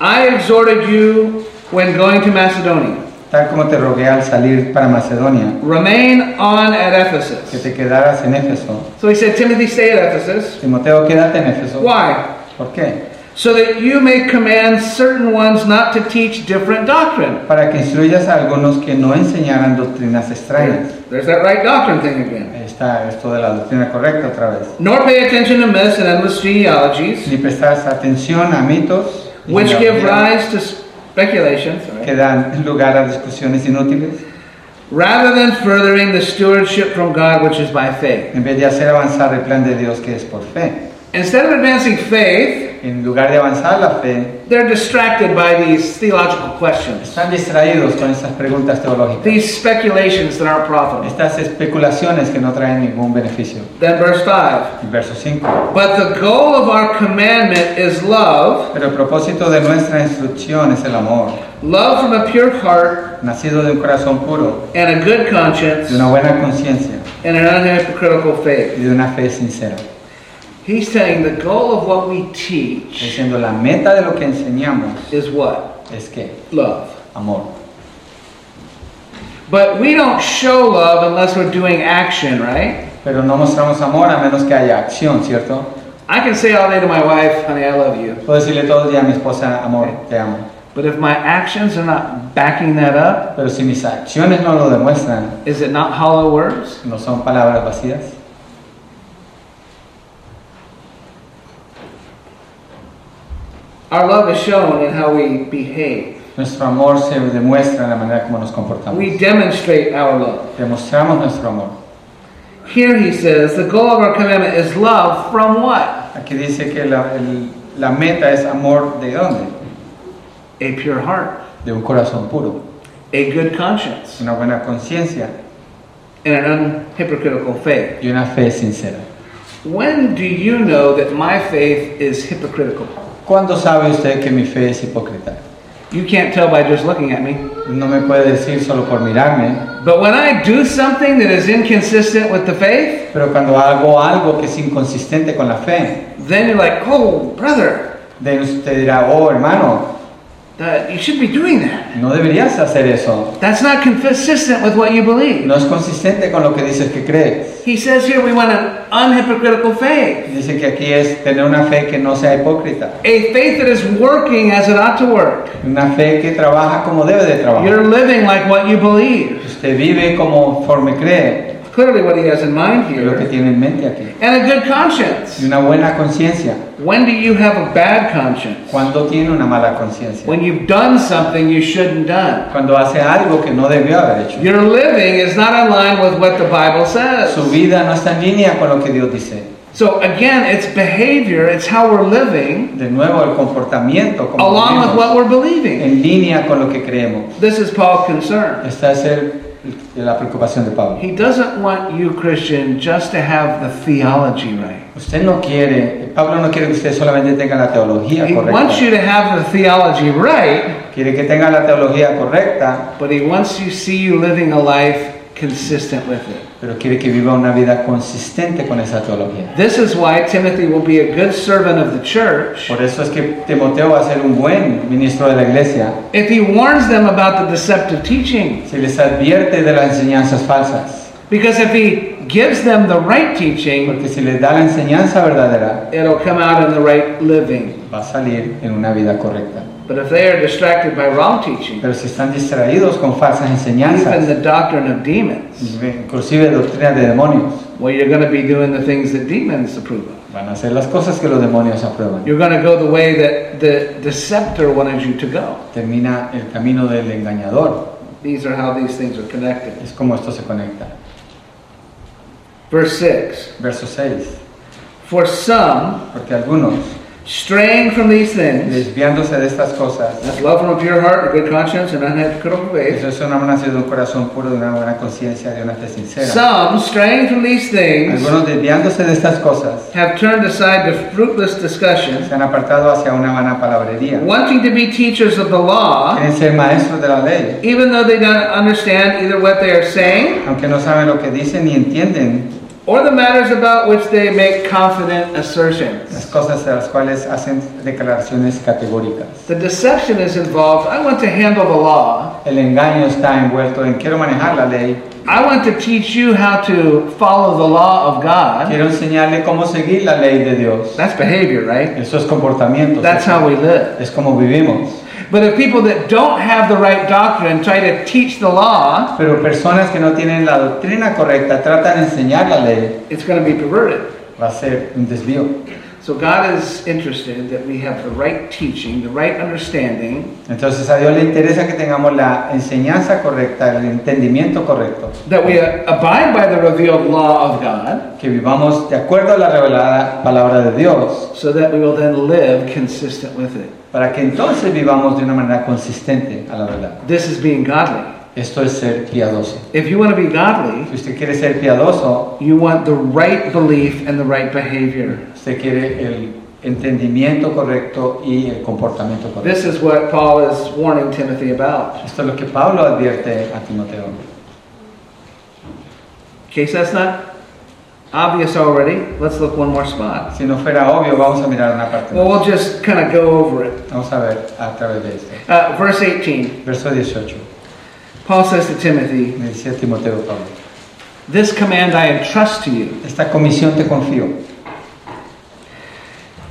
A: I exhorted you when going to Macedonia,
B: Tal como te rogué al salir para Macedonia,
A: remain on at
B: que
A: Ephesus.
B: te quedaras en Éfeso.
A: So he said, Timothy, stay at Ephesus.
B: Timoteo, quédate en Éfeso.
A: Why?
B: ¿Por qué?
A: so that you may command certain ones not to teach different doctrine.
B: para que instruyas a algunos que no enseñaran doctrinas extrañas.
A: There's that right doctrine thing again.
B: Ahí está esto de la doctrina correcta otra vez.
A: Nor pay attention to myths and endless genealogies,
B: Ni prestas atención a mitos y
A: which give
B: genealogías
A: rise to speculation, sorry,
B: que dan lugar a discusiones inútiles,
A: rather than furthering the stewardship from God which is by faith.
B: en vez de hacer avanzar el plan de Dios que es por fe.
A: Instead of advancing faith,
B: En lugar de avanzar la fe,
A: they're distracted by these theological questions,
B: están distraídos con esas preguntas teológicas,
A: these speculations that aren't profitable.
B: estas especulaciones que no traen ningún beneficio.
A: Then, verse 5
B: El verso 5.
A: But the goal of our commandment is love,
B: Pero el propósito de nuestra instrucción es el amor,
A: love from a pure heart
B: nacido de un corazón puro,
A: and a good conscience.
B: de una buena conciencia
A: and an unhypocritical faith.
B: y de una fe sincera.
A: He's saying the goal of what we teach
B: Diciendo, la meta de lo que enseñamos
A: is what?
B: es que
A: Love.
B: amor.
A: But we don't show love unless we're doing action, right?
B: Pero no mostramos amor a menos que haya acción, ¿cierto?
A: I can say all day to my wife, honey, I love you.
B: Puedo decirle todo el día a mi esposa, amor, te amo.
A: But if my actions are not backing that up,
B: Pero si mis acciones no lo demuestran,
A: is it not hollow words?
B: no son palabras vacías.
A: Our love is shown in how we behave.
B: Nuestro amor se demuestra en la manera como nos comportamos.
A: We demonstrate our love.
B: Demostramos nuestro amor.
A: Here he says, the goal of our commandment is love from what?
B: Aquí dice que la, el- la meta es amor de dónde?
A: A pure heart,
B: De un corazón puro,
A: a good conscience,
B: una buena conciencia
A: and an unhypocritical faith.
B: y una fe sincera.
A: When do you know that my faith is hypocritical?
B: ¿Cuándo sabe usted que mi fe es hipócrita?
A: You can't tell by just looking at me.
B: No me puede decir solo por mirarme,
A: But when I do something that is inconsistent with the faith,
B: pero cuando hago algo que es inconsistente con la fe,
A: then you're like, oh, brother,
B: de usted dirá, oh hermano,
A: that you should be doing that.
B: no deberías hacer eso.
A: That's not consistent with what you believe.
B: No es consistente con lo que dices que crees.
A: He says here we want an unhypocritical faith,
B: Dice que aquí es tener una fe que no sea hipócrita,
A: a faith that is working as it ought to work.
B: una fe que trabaja como debe de trabajar.
A: You're living like what you believe.
B: Usted vive como forme cree,
A: Clearly, what he has in mind
B: Es lo que
A: here.
B: tiene en mente aquí.
A: And a good
B: Y
A: conscience.
B: una buena conciencia.
A: When do you have a bad conscience?
B: Cuando tiene una mala conciencia?
A: When you've done something you shouldn't done.
B: Cuando hace algo que no debió haber hecho.
A: Your living is not in line with what the Bible
B: Su
A: says.
B: vida no está en línea con lo que Dios dice.
A: So again, it's behavior, it's how we're living
B: De nuevo, el comportamiento como
A: along with
B: vivimos,
A: what we're believing.
B: en línea con lo que creemos.
A: This is Paul's concern.
B: Esta es el- la preocupación de Pablo.
A: He doesn't want you, Christian, just to have the theology right.
B: Usted no quiere, Pablo no quiere que usted solamente tenga la teología
A: He wants
B: correcta.
A: you to have the theology right,
B: Quiere que tenga la teología correcta,
A: but he wants to see you living a life consistent with it.
B: pero quiere que viva una vida consistente con esa teología.
A: This is why Timothy will be a good servant of the church
B: Por eso es que Timoteo va a ser un buen ministro de la iglesia,
A: if he warns them about the deceptive teaching.
B: se les advierte de las enseñanzas falsas,
A: Because if he gives them the right teaching,
B: porque si les da la enseñanza verdadera,
A: it'll come out in the right living.
B: va a salir en una vida correcta.
A: But if they are distracted by wrong teaching,
B: Pero si están distraídos con falsas
A: even
B: enseñanzas,
A: the doctrine of demons,
B: inclusive doctrinas de demonios,
A: well, you're going to be doing the things that demons approve of.
B: van a hacer las cosas que los demonios aprueban.
A: You're going to go the way that the deceptor wanted you to go.
B: Termina el camino del engañador.
A: These are how these things are connected.
B: Es como esto se conecta.
A: Verse 6
B: Verso 6.
A: For some,
B: Porque algunos,
A: straying from these things,
B: desviándose de estas cosas,
A: that's love from a pure heart, a good conscience, and unhypocritical faith.
B: eso es una nacido de un corazón puro, de una buena conciencia, de una fe sincera.
A: Some, straying from these things,
B: Algunos desviándose de estas cosas,
A: have turned aside to fruitless discussions.
B: se han apartado hacia una vana palabrería.
A: wanting to be teachers of the law,
B: Quieren ser maestros de la ley,
A: even though they don't understand either what they are saying
B: aunque no saben lo que dicen ni entienden
A: or the matters about which they make confident
B: las
A: assertions.
B: cosas de las cuales hacen declaraciones categóricas.
A: The deception is involved. I want to handle the law,
B: El engaño está envuelto en quiero manejar la ley,
A: I want to teach you how to follow the law of God.
B: Quiero enseñarle cómo seguir la ley de Dios.
A: That's behavior, right?
B: Eso es comportamiento.
A: That's how we live.
B: Es como vivimos.
A: But if people that don't have the right doctrine try to teach the law,
B: Pero personas que no tienen la doctrina correcta tratan de enseñar la ley.
A: it's going to be perverted.
B: Va a ser un desvío.
A: So God is interested that we have the right teaching, the right understanding,
B: Entonces a Dios le interesa que tengamos la enseñanza correcta, el entendimiento correcto.
A: that we abide by the revealed law of God,
B: Que vivamos de acuerdo a la revelada palabra de Dios.
A: so that we will then live consistent with it.
B: Para que entonces vivamos de una manera consistente a la verdad.
A: This is being godly.
B: Esto es ser piadoso.
A: If you want to be godly,
B: Si usted quiere ser piadoso,
A: you want the right belief and the right behavior.
B: Usted quiere el entendimiento correcto y el comportamiento correcto.
A: This is what Paul is warning Timothy about.
B: Esto es lo que Pablo advierte a Timoteo.
A: In case that's not obvious already, let's look one more spot.
B: Si no fuera obvio, vamos a mirar una parte.
A: Well, we'll
B: más.
A: just kind of go over it.
B: Vamos a ver a través de esto.
A: Uh, verse 18,
B: Verso 18.
A: Paul says to Timothy,
B: Le decía Timoteo Pablo,
A: This command I entrust to you.
B: esta comisión te confío.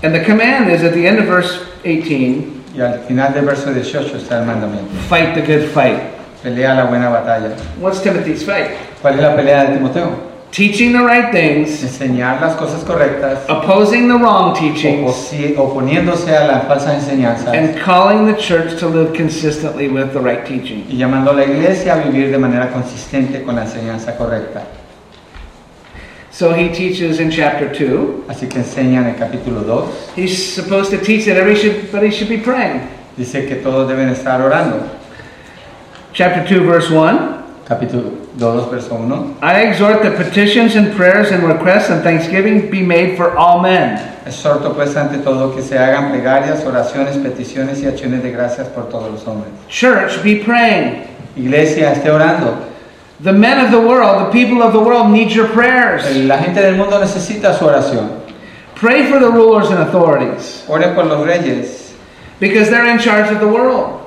A: And the command is at the end of verse 18
B: Y al final del verso 18 está el mandamiento.
A: fight the good fight.
B: Pelea la buena batalla.
A: What's Timothy's fight?
B: ¿Cuál es la pelea de Timoteo?
A: Teaching the right things,
B: Enseñar las cosas correctas,
A: opposing the wrong teachings,
B: oposi- oponiéndose a las falsas enseñanzas
A: and calling the church to live consistently with the right teaching.
B: y llamando a la iglesia a vivir de manera consistente con la enseñanza correcta.
A: So he teaches in chapter 2.
B: Así que enseña en el capítulo 2,
A: He's supposed to teach that everybody should be praying.
B: dice que todos deben estar orando.
A: Chapter 2, verse 1.
B: Capítulo 2, verso 1.
A: I exhort that petitions and prayers and requests and thanksgiving be made for all men.
B: Exhorto pues ante todo que se hagan plegarias, oraciones, peticiones y acciones de gracias por todos los hombres.
A: Church, be praying.
B: Iglesia, esté orando.
A: The men of the world, the people of the world need your prayers.
B: La gente del mundo necesita su oración.
A: Pray for the rulers and authorities
B: Oren por los reyes
A: because they're in charge of the world.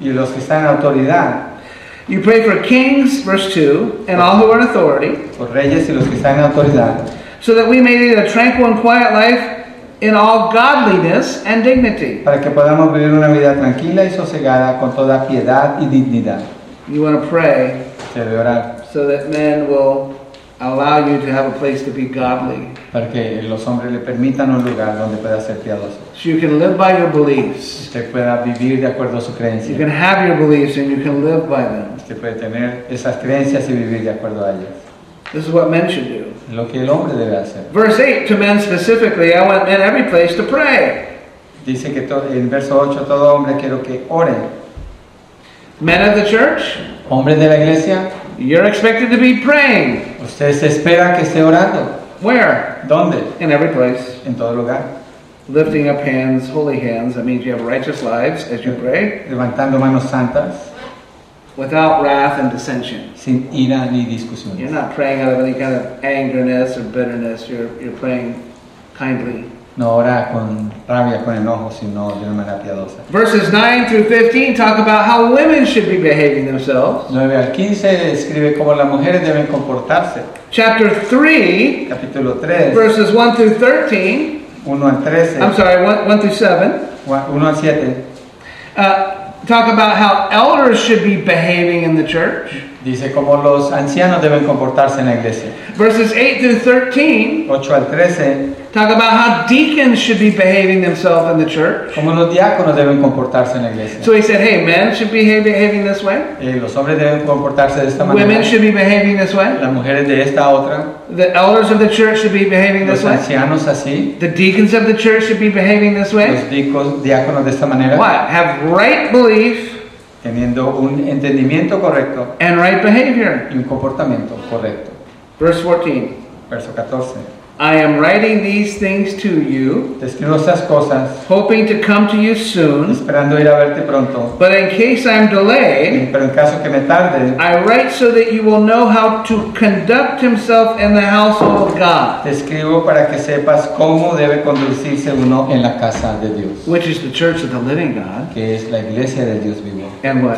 B: y los que están en autoridad.
A: You pray for kings, verse 2, and all who are in authority,
B: Por reyes y los que están en autoridad.
A: so that we may lead a tranquil and quiet life in all godliness and dignity.
B: Para que podamos vivir una vida tranquila y sosegada con toda piedad y dignidad.
A: You want to pray
B: Se debe orar
A: so that men will allow you to have a place to be godly.
B: para que los hombres le permitan un lugar donde pueda ser piadoso.
A: So you can live by your beliefs.
B: usted pueda vivir de acuerdo a su
A: You
B: creencia.
A: can have your beliefs and you can live by them.
B: Usted puede tener esas creencias y vivir de acuerdo a ellas.
A: This is what men should do.
B: Es Lo que el hombre debe hacer.
A: Verse 8, to men specifically, I want men every place to pray.
B: Dice que to- en verso 8 todo hombre quiero que oren.
A: Men of the church,
B: Hombres de la iglesia,
A: you're expected to be praying.
B: usted se espera que esté orando.
A: Where?
B: ¿Dónde?
A: In every place.
B: En todo lugar.
A: Lifting up hands, holy hands. That means you have righteous lives as you pray,
B: Levantando manos santas,
A: without wrath and dissension.
B: sin ira ni
A: You're
B: discusión.
A: not praying out of any kind of angerness or bitterness. You're, you're praying kindly.
B: No ora con rabia, con enojo, sino de una manera piadosa.
A: Verses 9 through 15 talk about how women should be behaving themselves.
B: 9 al 15 describe cómo las mujeres deben comportarse.
A: Chapter 3,
B: Capítulo 3,
A: verses 1 through 13,
B: 1 al 13,
A: I'm sorry, 1, 1 through 7,
B: 1 al 7.
A: uh, talk about how elders should be behaving in the church.
B: Dice cómo los ancianos deben comportarse en la iglesia.
A: Verses 8 through 13
B: 8 al 13,
A: talk about how deacons should be behaving themselves in the church.
B: cómo los diáconos deben comportarse en la iglesia.
A: So he said, hey, men should be ha- behaving this way,
B: Eh, los hombres deben comportarse de esta
A: women
B: manera.
A: should be behaving this way,
B: Las mujeres de esta otra.
A: the elders of the church should be behaving this
B: Los
A: way,
B: ancianos así.
A: the deacons of the church should be behaving this way.
B: Los dicos- diáconos de esta manera.
A: What? Have right belief
B: Teniendo un entendimiento correcto
A: and right behavior.
B: y un comportamiento correcto.
A: Verse 14.
B: Verso 14.
A: I am writing these things to you,
B: Te escribo estas cosas
A: hoping to come to you soon,
B: esperando ir a verte pronto. Eh,
A: but in case I'm delayed,
B: Pero en caso que me tarde,
A: I write so that you will know how to conduct himself in the household of God,
B: te escribo para que sepas cómo debe conducirse uno en la casa de Dios.
A: which is the church of the living God,
B: que es la iglesia de Dios vivo
A: and what?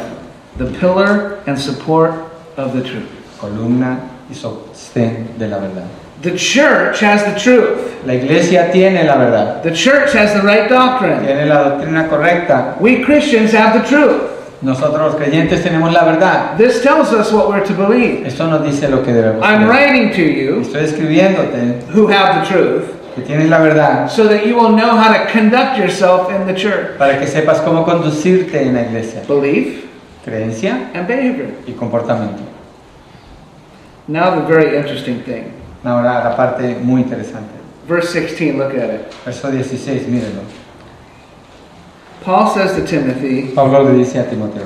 A: The pillar and support of the truth.
B: columna y sostén de la verdad.
A: The church has the truth.
B: La iglesia tiene la verdad,
A: The church has the right doctrine.
B: tiene la doctrina correcta.
A: We Christians have the truth.
B: Nosotros los creyentes tenemos la verdad.
A: This tells us what we're to believe.
B: Esto nos dice lo que debemos
A: I'm
B: creer.
A: writing to you
B: Estoy escribiéndote
A: who have the truth
B: que tienes la verdad
A: so that you will know how to conduct yourself in the church.
B: para que sepas cómo conducirte en la iglesia.
A: Belief
B: Creencia
A: and behavior.
B: y comportamiento.
A: Now, the very interesting thing.
B: Ahora la parte muy interesante.
A: Verse 16, look at it.
B: Verso 16, mírenlo.
A: Paul says to Timothy,
B: Pablo le dice a Timoteo,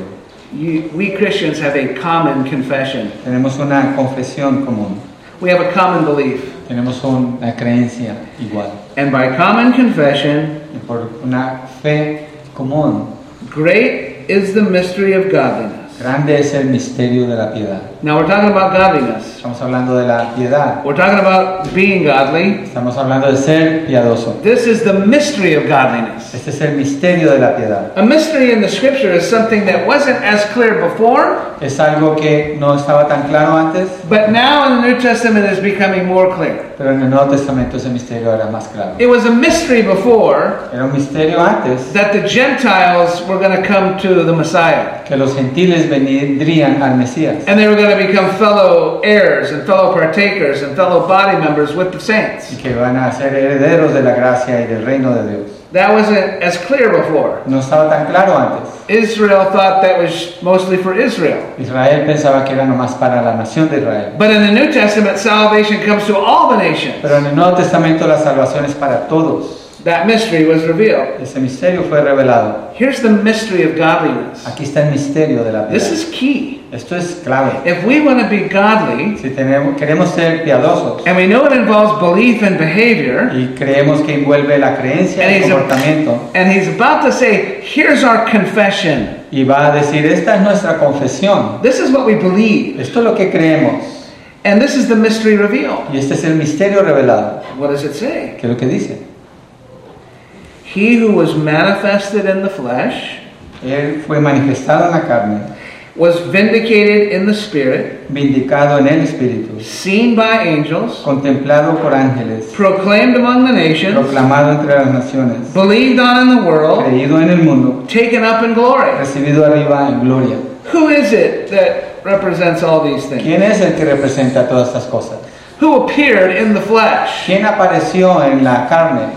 A: you, We Christians have a common confession,
B: tenemos una confesión común,
A: we have a common belief.
B: tenemos una creencia igual.
A: And by common confession,
B: Y por una fe común,
A: great is the mystery of godliness.
B: grande es el misterio de la piedad.
A: Now, we're talking about godliness,
B: Estamos hablando de la piedad,
A: we're talking about being godly.
B: estamos hablando de ser piadoso.
A: This is the mystery of godliness.
B: Este es el misterio de la piedad.
A: A mystery in the scripture is something that wasn't as clear before,
B: Es algo que no estaba tan claro antes,
A: but now in the New Testament is becoming more clear.
B: pero en el Nuevo Testamento ese misterio era más claro.
A: It was a mystery before
B: Era un misterio antes
A: that the Gentiles were going to come to the Messiah.
B: que los gentiles vendrían al Mesías
A: And they were going to become fellow heirs and fellow partakers and fellow body members with the
B: y
A: saints.
B: que van a ser herederos de la gracia y del reino de Dios.
A: That wasn't as clear before.
B: No estaba tan claro antes.
A: Israel thought that was mostly for Israel.
B: Israel pensaba que era nomás para la nación de Israel.
A: But in the New Testament, salvation comes to all the nations.
B: Pero en el Nuevo Testamento la salvación es para todos.
A: That mystery was revealed.
B: Ese misterio fue revelado.
A: Here's the mystery of godliness.
B: Aquí está el misterio de la
A: This
B: piedad.
A: is key.
B: Esto es clave.
A: If we want to be godly,
B: Si tenemos, queremos ser piadosos
A: and we know it involves belief and behavior,
B: y creemos que envuelve la creencia y el comportamiento
A: and he's about to say, here's our confession.
B: y va a decir, esta es nuestra confesión,
A: This is what we believe,
B: esto es lo que creemos
A: and this is the mystery revealed.
B: y este es el misterio revelado.
A: What does it say?
B: ¿Qué es lo que dice?
A: He who was manifested in the flesh
B: Él fue manifestado en la carne,
A: was vindicated in the spirit,
B: vindicado en el Espíritu,
A: seen by angels,
B: contemplado por ángeles,
A: proclaimed among the nations,
B: proclamado entre las naciones,
A: believed on in the world,
B: creído en el mundo,
A: taken up in glory.
B: recibido arriba en gloria.
A: Who is it that represents all these things?
B: ¿Quién es el que representa todas estas cosas?
A: Who appeared in the flesh?
B: ¿Quién apareció en la carne?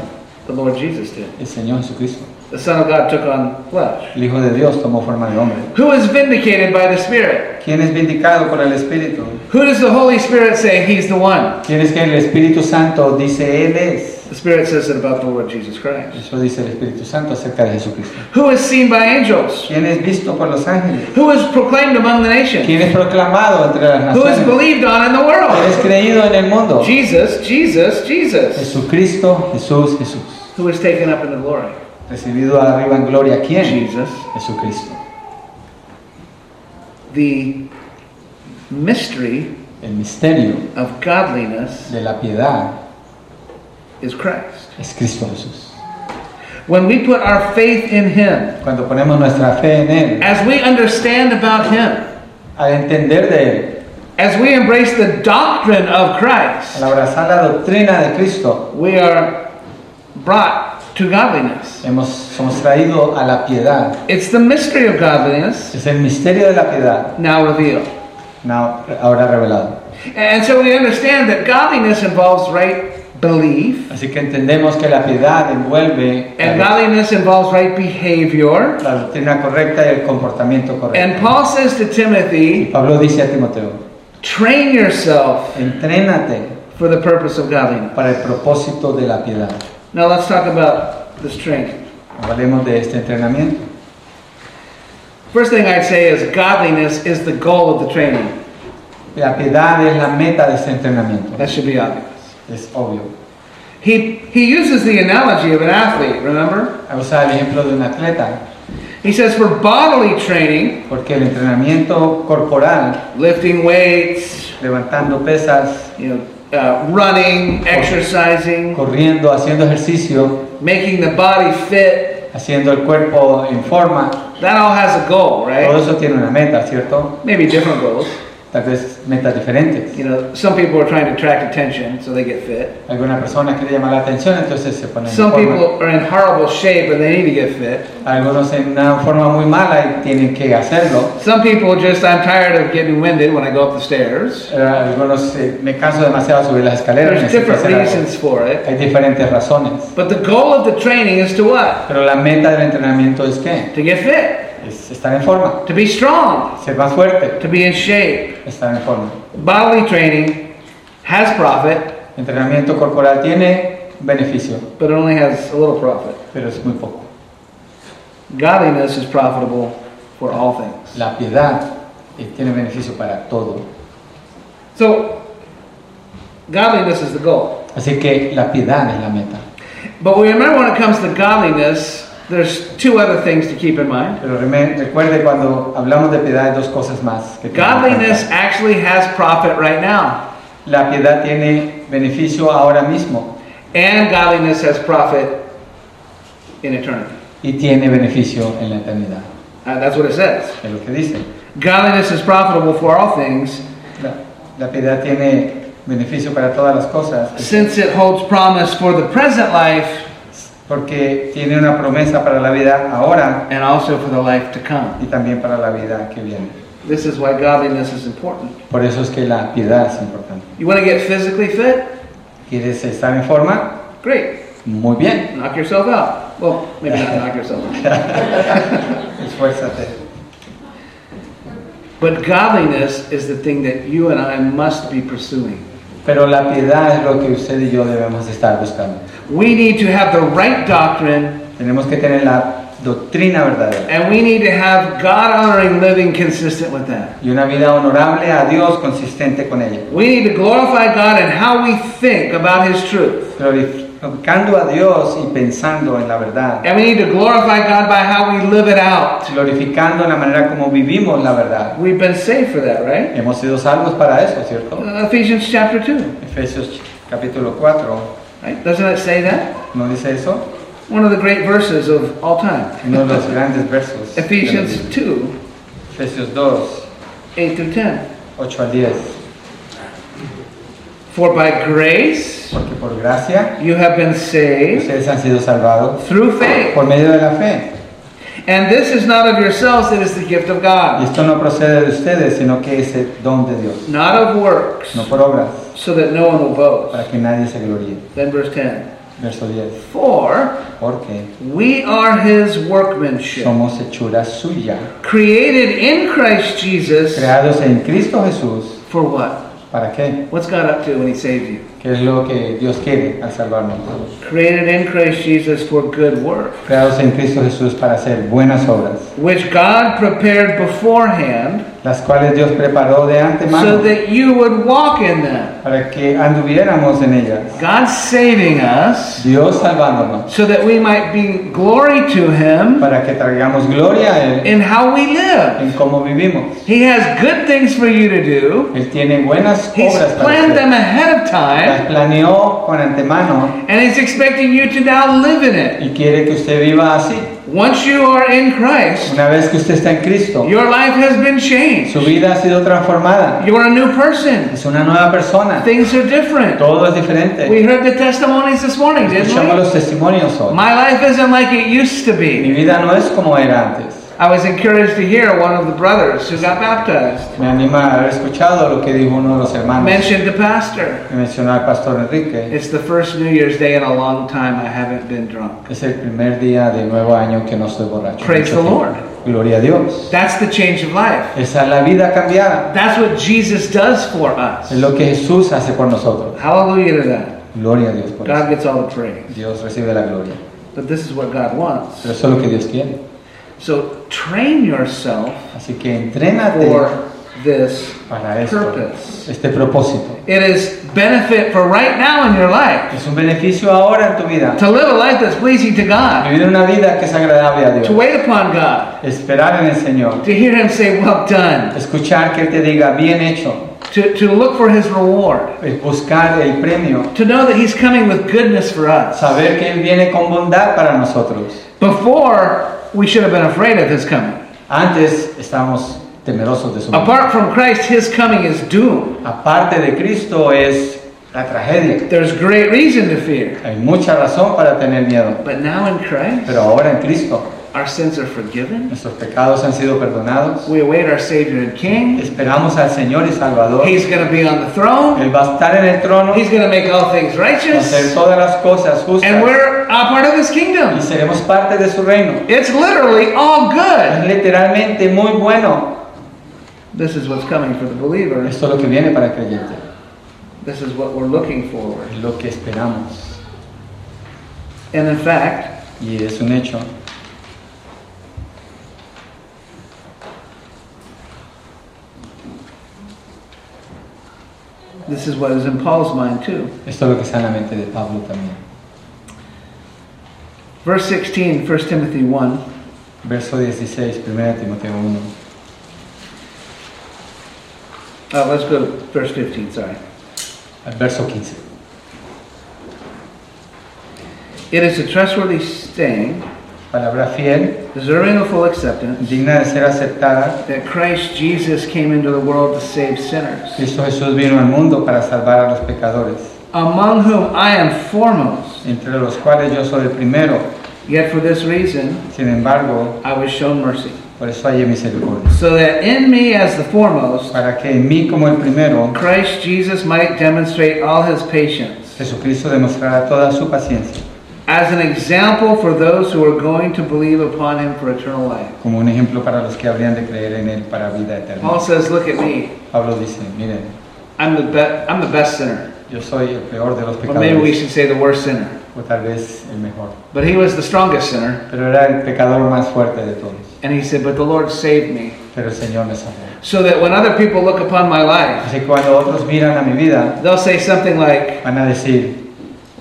A: The Lord Jesus did.
B: El Señor Jesucristo.
A: The Son of God took on flesh.
B: El Hijo de Dios tomó forma de hombre.
A: Who is vindicated by the Spirit?
B: ¿Quién es vindicado por el Espíritu?
A: Who does the Holy Spirit say he's the one?
B: ¿Quién es que el Espíritu Santo dice Él es?
A: The Spirit says it about the Lord Jesus Christ.
B: Eso dice el Espíritu Santo acerca de Jesucristo.
A: Who is seen by angels?
B: ¿Quién es visto por los ángeles?
A: Who is proclaimed among the nations?
B: ¿Quién es proclamado entre las
A: Who is
B: naciones?
A: believed on in the
B: ¿Quién
A: world?
B: es creído en el mundo?
A: Jesus, Jesus, Jesus.
B: Jesucristo, Jesús, Jesús.
A: Who is taken up into glory?
B: Recibido arriba en gloria. ¿Quién?
A: Jesus.
B: Jesucristo.
A: The mystery
B: El misterio
A: of godliness
B: de la piedad
A: is Christ.
B: es Cristo Jesús.
A: When we put our faith in Him,
B: Cuando ponemos nuestra fe en Él,
A: as we understand about Him,
B: al entender de Él,
A: as we embrace the doctrine of
B: al
A: Christ,
B: abrazar la doctrina de Cristo,
A: we are brought to godliness.
B: hemos, somos traídos a la piedad.
A: It's the mystery of godliness
B: Es el misterio de la piedad,
A: now revealed.
B: now- ahora revelado.
A: And so we understand that godliness involves right belief.
B: Así que entendemos que la piedad envuelve
A: And
B: la,
A: godliness involves right behavior.
B: la doctrina correcta y el comportamiento correcto.
A: And Paul says to Timothy,
B: Pablo dice a Timoteo,
A: train yourself
B: entrénate
A: for the purpose of godliness.
B: para el propósito de la piedad.
A: Now let's talk about this training.
B: Hablemos de este entrenamiento.
A: First thing I'd say is godliness is the goal of the training.
B: La piedad es la meta de este entrenamiento.
A: That should be obvious.
B: Es obvio.
A: He, he uses the analogy of an athlete, remember?
B: Usa el ejemplo de un atleta,
A: He says for bodily training,
B: porque el entrenamiento corporal,
A: lifting weights,
B: levantando pesas,
A: you know, uh, running, exercising,
B: corriendo, haciendo ejercicio,
A: making the body fit,
B: haciendo el cuerpo en forma,
A: that all has a goal,
B: todo
A: right?
B: eso tiene una meta, ¿cierto?
A: Maybe different goals.
B: tal vez metas diferentes.
A: You know, some people are trying to attract attention, so they get fit.
B: Alguna persona quiere llamar la atención, entonces se pone en
A: Some
B: forma.
A: people are in horrible shape and they need to get fit.
B: Algunos en una forma muy mala y tienen que hacerlo.
A: Some people just, I'm tired of getting winded when I go up the stairs.
B: Eh, Algunos eh, me canso demasiado subir las escaleras.
A: There's
B: necesito
A: different
B: hacer algo.
A: reasons for it.
B: Hay diferentes razones.
A: But the goal of the training is to what?
B: Pero la meta del entrenamiento es qué?
A: To get fit,
B: Es estar en forma,
A: to be strong,
B: ser más fuerte,
A: to be in shape.
B: estar en forma.
A: Bodily training has profit,
B: Entrenamiento corporal tiene beneficio,
A: but it only has a little profit.
B: pero es muy poco.
A: Godliness is profitable for all things.
B: La piedad eh, tiene beneficio para todo.
A: So, godliness is the goal.
B: Así que la piedad es la meta.
A: But we remember when it comes to godliness, there's two other things to keep in mind.
B: Pero reme- recuerde cuando hablamos de piedad hay dos cosas más. Que tenemos en
A: Godliness
B: cuenta.
A: actually has profit right now,
B: La piedad tiene beneficio ahora mismo
A: and godliness has profit in eternity.
B: y tiene beneficio en la eternidad.
A: Uh, that's what it says.
B: Es lo que dice.
A: Godliness is profitable for all things,
B: La, la piedad tiene beneficio para todas las cosas
A: since it holds promise for the present life
B: porque tiene una promesa para la vida ahora
A: and also for the life to come.
B: y también para la vida que viene.
A: This is why godliness is important.
B: Por eso es que la piedad es importante.
A: You want to get physically fit?
B: ¿Quieres estar en forma?
A: Great.
B: Muy bien,
A: Knock yourself out. Well, maybe not knock yourself out.
B: esfuérzate.
A: But godliness is the thing that you and I must be pursuing.
B: Pero la piedad es lo que usted y yo debemos estar buscando.
A: We need to have the right doctrine
B: Tenemos que tener la doctrina verdadera
A: and we need to have God honoring living consistent with that.
B: y una vida honorable a Dios consistente con ella.
A: We need to glorify God in how we think about His truth.
B: Glorificando a Dios y pensando en la verdad.
A: And we need to glorify God by how we live it out.
B: Glorificando la manera como vivimos la verdad.
A: We've been saved for that, right?
B: Hemos sido salvos para eso, ¿cierto?
A: Uh, Ephesians chapter 2,
B: Efesios capítulo 4,
A: right? Doesn't it say that?
B: ¿no dice eso?
A: One of the great verses of all time.
B: Uno de los grandes versos. de la
A: Ephesians
B: Biblia.
A: 2,
B: Efesios 2,
A: 8 through 10.
B: 8 al 10.
A: For by grace
B: Porque por gracia
A: you have been saved
B: ustedes han sido salvados
A: through faith.
B: por medio de la fe.
A: And this is not of yourselves, it is the gift of
B: Y
A: God,
B: esto no procede de ustedes, sino que es el don de Dios,
A: not of works,
B: no por obras,
A: so that no one will boast.
B: para que nadie se gloríe.
A: Then verse 10.
B: Verso 10.
A: For
B: Porque
A: we are his workmanship,
B: somos hechura suya,
A: created in Christ Jesus.
B: creados en Cristo Jesús.
A: For what?
B: ¿Para qué?
A: What's God up to when He saved you?
B: ¿Qué es lo que Dios quiere al salvarnos?
A: Created in Christ Jesus for good work,
B: Creados en Cristo Jesús para hacer buenas obras,
A: which God prepared beforehand
B: las cuales Dios preparó de
A: so
B: antemano
A: that you would walk in them.
B: para que anduviéramos en ellas.
A: God's saving us
B: Dios salvándonos
A: so that we might be glory to Him
B: para que traigamos gloria a Él
A: in how we live.
B: en cómo vivimos.
A: He has good things for you to do.
B: Él tiene buenas
A: He's
B: obras para
A: planned
B: hacer.
A: them ahead of
B: las
A: time
B: planeó con antemano
A: and He's expecting you to now live in it.
B: y quiere que usted viva así.
A: Once you are in Christ,
B: Una vez que usted está en Cristo,
A: your life has been changed.
B: su vida ha sido transformada.
A: You're a new person.
B: Es una nueva persona.
A: Things are different.
B: Todo es diferente.
A: We heard the testimonies this morning, didn't
B: Escuchamos
A: we?
B: los testimonios hoy.
A: My life isn't like it used to
B: Mi
A: be.
B: vida no es como era antes.
A: I was encouraged to hear one of the brothers who got baptized
B: Me anima a haber escuchado lo que dijo uno de los hermanos.
A: mentioned the pastor.
B: que mencionó al pastor Enrique.
A: It's the first New Year's Day in a long time I haven't been drunk.
B: Es el primer día del nuevo año que no estoy borracho.
A: Praise the Lord.
B: Gloria a Dios.
A: That's the change of life.
B: Esa es la vida cambiada.
A: That's what Jesus does for us.
B: Es lo que Jesús hace por nosotros.
A: Hallelujah to that.
B: Gloria a Dios por eso.
A: God gets all the praise.
B: Dios recibe la gloria.
A: But this is what God wants.
B: Pero eso es lo que Dios quiere.
A: So train yourself
B: Así que entrénate
A: for this
B: para esto,
A: purpose.
B: este propósito.
A: It is benefit for right now in your life.
B: Es un beneficio ahora en tu vida.
A: To live a life that's pleasing to God.
B: Vivir una vida que es agradable a
A: To
B: Dios.
A: wait upon God.
B: Esperar en el Señor.
A: To hear Him say, Well done.
B: Escuchar que Él te diga bien hecho.
A: To, to look for His reward.
B: Es Buscar el premio.
A: To know that He's coming with goodness for us.
B: Saber que Él viene con bondad para nosotros.
A: Before, we should have been afraid of His coming.
B: Antes estábamos temerosos de su nombre.
A: Apart from Christ, his coming is doom.
B: Aparte de Cristo es la tragedia.
A: There's great reason to fear.
B: Hay mucha razón para tener miedo.
A: But now in Christ,
B: Pero ahora en Cristo
A: our sins are forgiven.
B: nuestros pecados han sido perdonados.
A: We await our Savior and King.
B: Esperamos al Señor y Salvador.
A: He's going to be on the throne.
B: Él va a estar en el trono,
A: He's going to make all things
B: va a hacer
A: righteous.
B: todas las cosas
A: And
B: justas
A: we're a part of his
B: y
A: kingdom.
B: seremos parte de su reino.
A: It's literally all
B: Es
A: good.
B: literalmente muy bueno.
A: This is what's coming for the believer.
B: Esto es lo que viene para el creyente,
A: This is what we're looking for.
B: es lo que esperamos.
A: And in fact,
B: Y es un hecho.
A: this is what is in Paul's mind too.
B: Esto es lo que está en la mente de Pablo también.
A: Verse 16, 1 Timothy 1.
B: Verso 16, 1 Timoteo 1.
A: Uh, let's go to verse 15, sorry.
B: al Verso 15.
A: It is a trustworthy saying,
B: Palabra fiel,
A: deserving of full acceptance,
B: digna de ser aceptada.
A: that Christ Jesus came into the world to save sinners,
B: Cristo Jesús vino al mundo para salvar a los pecadores,
A: among whom I am foremost.
B: entre los cuales yo soy el primero.
A: Yet for this reason
B: Sin embargo,
A: I was shown mercy,
B: por eso hallé misericordia.
A: so that in me as the foremost,
B: Para que en mí como el primero,
A: Christ Jesus might demonstrate all his patience
B: Jesucristo demostrará toda su paciencia,
A: as an example for those who are going to believe upon him for eternal life.
B: como un ejemplo para los que habrían de creer en Él para vida eterna.
A: Paul says, "Look at me.
B: Pablo dice, miren,
A: I'm the be- I'm the best sinner.
B: yo soy el peor de los
A: Or maybe we
B: pecadores,
A: should say the worst sinner.
B: o tal vez el mejor.
A: But he was the strongest sinner,
B: Pero era el pecador más fuerte de todos,
A: and he said, "But the Lord saved me,
B: pero el Señor me salvó.
A: so that when other people look upon my life,
B: Así que cuando otros miran a mi vida,
A: they'll say something like,
B: van a decir,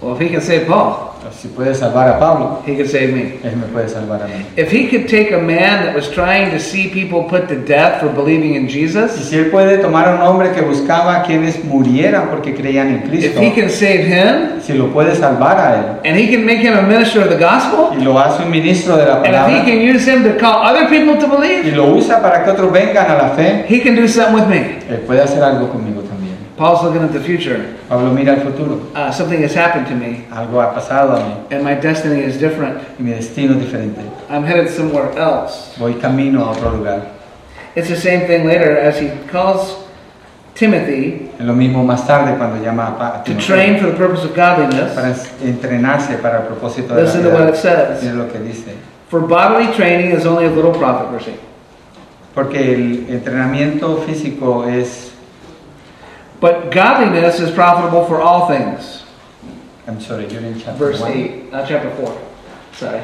B: "Oh,
A: "Well, if he can save Paul,
B: si puede salvar a Pablo,
A: he can save me."
B: Él me puede salvar a mí.
A: If he could take a man that was trying to see people put to death for believing in
B: Y
A: Jesus,
B: si Él puede tomar a un hombre que buscaba a quienes murieran porque creían en
A: if
B: Cristo,
A: he can save him,
B: si lo puede salvar a Él
A: and he can make him a minister of the gospel,
B: y lo hace un ministro de la
A: and if he
B: palabra
A: can use him to call other people to
B: y
A: believe,
B: lo usa para que otros vengan a la fe,
A: he can do something with me.
B: Él puede hacer algo conmigo también.
A: Paul's looking at the future.
B: Pablo mira al futuro.
A: Uh, something has happened to me,
B: Algo ha pasado a mí
A: and my destiny is different.
B: y mi destino es diferente.
A: I'm headed somewhere else.
B: Voy camino a otro lugar.
A: It's the same thing later as he calls Timothy
B: Es lo mismo más tarde cuando llama a Pa- a
A: to
B: Timoteo
A: train for the purpose of
B: para
A: godliness.
B: ens- entrenarse para el propósito de la
A: Listen to what it
B: vida. Mira
A: says.
B: lo que dice.
A: For bodily training is only of little profit, verse 8.
B: Porque el entrenamiento físico es
A: But godliness is profitable for all things.
B: I'm sorry, you're in chapter
A: Verse
B: one.
A: 8, not chapter 4. Sorry.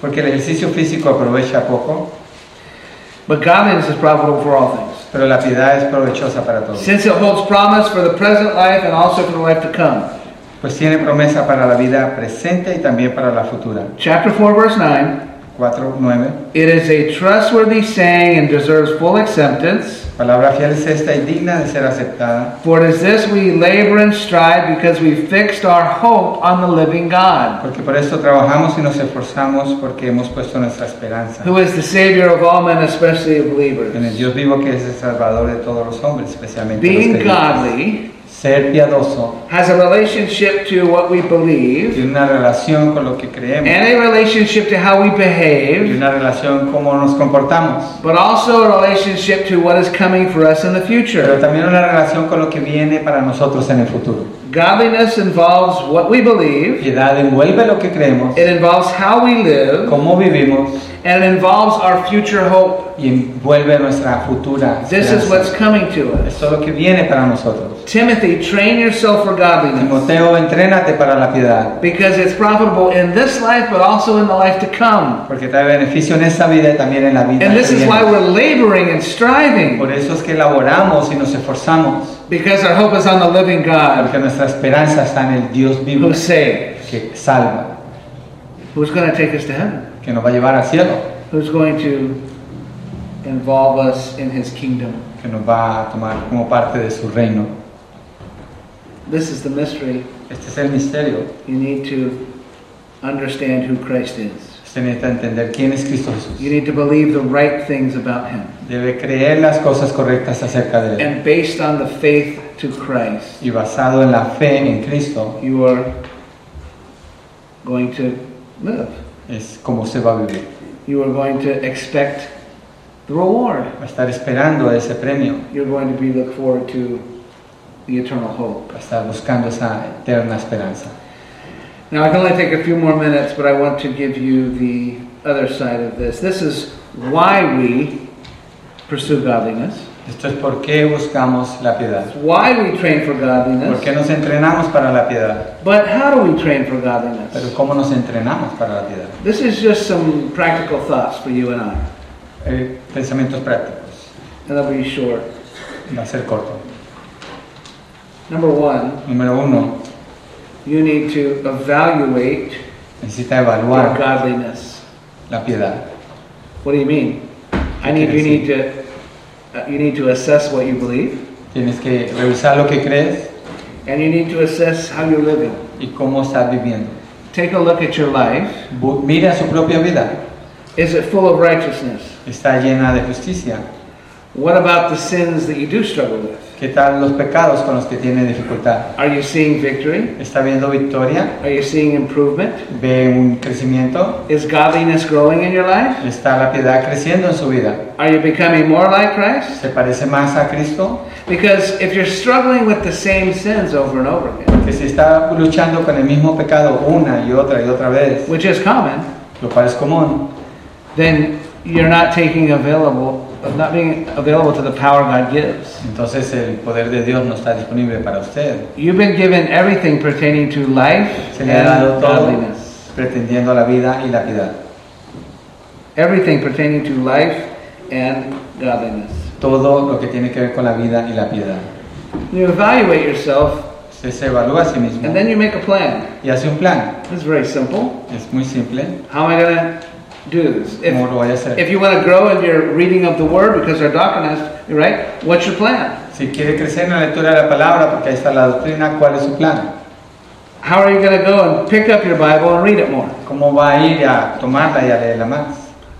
B: Porque el ejercicio físico aprovecha poco,
A: But godliness is profitable for all things.
B: pero la piedad es provechosa para todos.
A: Since it holds promise for the present life and also for the life to come.
B: Pues tiene promesa para la vida presente y también para la futura.
A: Chapter 4, verse 9.
B: 4, 9.
A: It is a trustworthy saying and deserves full acceptance.
B: Palabra fiel es esta y digna de ser aceptada,
A: For it is this we labor and strive because we fixed our hope on the living God,
B: porque por esto trabajamos y nos esforzamos porque hemos puesto nuestra esperanza
A: who is the Savior of all men, especially of
B: en el
A: believers.
B: Dios vivo que es el Salvador de todos los hombres, especialmente los
A: Being
B: creyentes.
A: godly
B: Ser piadoso
A: has a relationship to what we believe
B: tiene una relación con lo que creemos
A: and a relationship to how we
B: y
A: behave,
B: una relación cómo nos comportamos.
A: but also a relationship to what is coming for us in the
B: pero
A: future.
B: también una relación con lo que viene para nosotros en el futuro.
A: Godliness involves what we believe,
B: Piedad envuelve lo que creemos,
A: it involves how we live,
B: cómo vivimos
A: and it involves our future hope.
B: y envuelve nuestra futura.
A: This is what's
B: esperanza.
A: coming to us.
B: Esto es lo que viene para nosotros.
A: Timothy, train yourself for godliness
B: Timoteo, entrénate para la piedad,
A: because it's profitable in this life but also in the life to come.
B: porque trae beneficio en esta vida y también en la vida.
A: And this
B: que
A: is
B: viene.
A: why we're laboring and
B: Por
A: striving
B: eso es que laboramos y nos esforzamos,
A: because our hope is on the living God
B: porque nuestra esperanza está en el Dios vivo
A: who saves,
B: que salva,
A: who's going to take us to heaven,
B: que nos va a llevar al cielo,
A: who's going to involve us in his kingdom.
B: que nos va a tomar como parte de su reino.
A: This is the mystery.
B: Este es el misterio
A: You need to understand who Christ is.
B: Usted necesita entender quién es Cristo Jesús.
A: You need to believe the right things about him.
B: Debe creer las cosas correctas acerca de Él.
A: And based on the faith to Christ,
B: Y basado en la fe en Cristo,
A: you are going to live.
B: es como usted va a vivir.
A: You are going to expect the reward.
B: Va a estar esperando ese premio.
A: You're going to be look forward to the eternal hope.
B: Va a estar buscando esa eterna esperanza.
A: Now, I can only take a few more minutes, but I want to give you the other side of this. This is why we pursue godliness,
B: Esto es por qué buscamos la piedad.
A: why we train for
B: ¿Por qué
A: godliness,
B: nos entrenamos para la piedad?
A: but how do we train for
B: Pero
A: godliness?
B: ¿cómo nos entrenamos para la piedad?
A: This is just some practical thoughts for you and I,
B: Eh, pensamientos prácticos.
A: and they'll be short.
B: Va a ser corto.
A: Number one,
B: Número uno,
A: you need to evaluate
B: necesita
A: your
B: evaluar
A: godliness.
B: la piedad.
A: What do you mean? I need you need to uh, you need to assess what you believe,
B: Tienes que revisar lo que crees
A: and you need to assess how you're living.
B: y cómo estás viviendo.
A: Take a look at your life.
B: Bu- Mira su propia vida.
A: Is it full of righteousness?
B: Está llena de justicia.
A: What about the sins that you do struggle with?
B: ¿Qué tal los pecados con los que tiene dificultad?
A: Are you seeing victory?
B: ¿Está viendo victoria?
A: Are you seeing improvement?
B: ¿Ve un crecimiento?
A: Is godliness growing in your life?
B: ¿Está la piedad creciendo en su vida?
A: Are you becoming more like Christ?
B: ¿Se parece más a Cristo?
A: Because if you're struggling with the same sins over and over again,
B: Que si está luchando con el mismo pecado una y otra y otra vez,
A: which is common,
B: lo cual es común,
A: then you're not taking available, of not being available to the power God gives.
B: entonces el poder de Dios no está disponible para usted.
A: You've been given everything pertaining to life
B: Se le ha dado
A: and
B: todo
A: godliness.
B: pretendiendo la vida y la piedad.
A: Everything pertaining to life and godliness.
B: Todo lo que tiene que ver con la vida y la piedad.
A: You evaluate yourself
B: Usted se evalúa a sí mismo
A: and then you make a plan.
B: y hace un plan.
A: It's very simple.
B: Es muy simple.
A: How am I going to do this?
B: ¿Cómo
A: If,
B: lo vaya a hacer?
A: if you want to grow in your reading of the Word because our doctrine is, you're right, what's your plan?
B: Si quiere crecer en la lectura de la palabra, porque ahí está la doctrina, ¿cuál es su plan?
A: How are you going to go and pick up your Bible and read it more?
B: ¿Cómo va a ir a tomarla y a leerla más?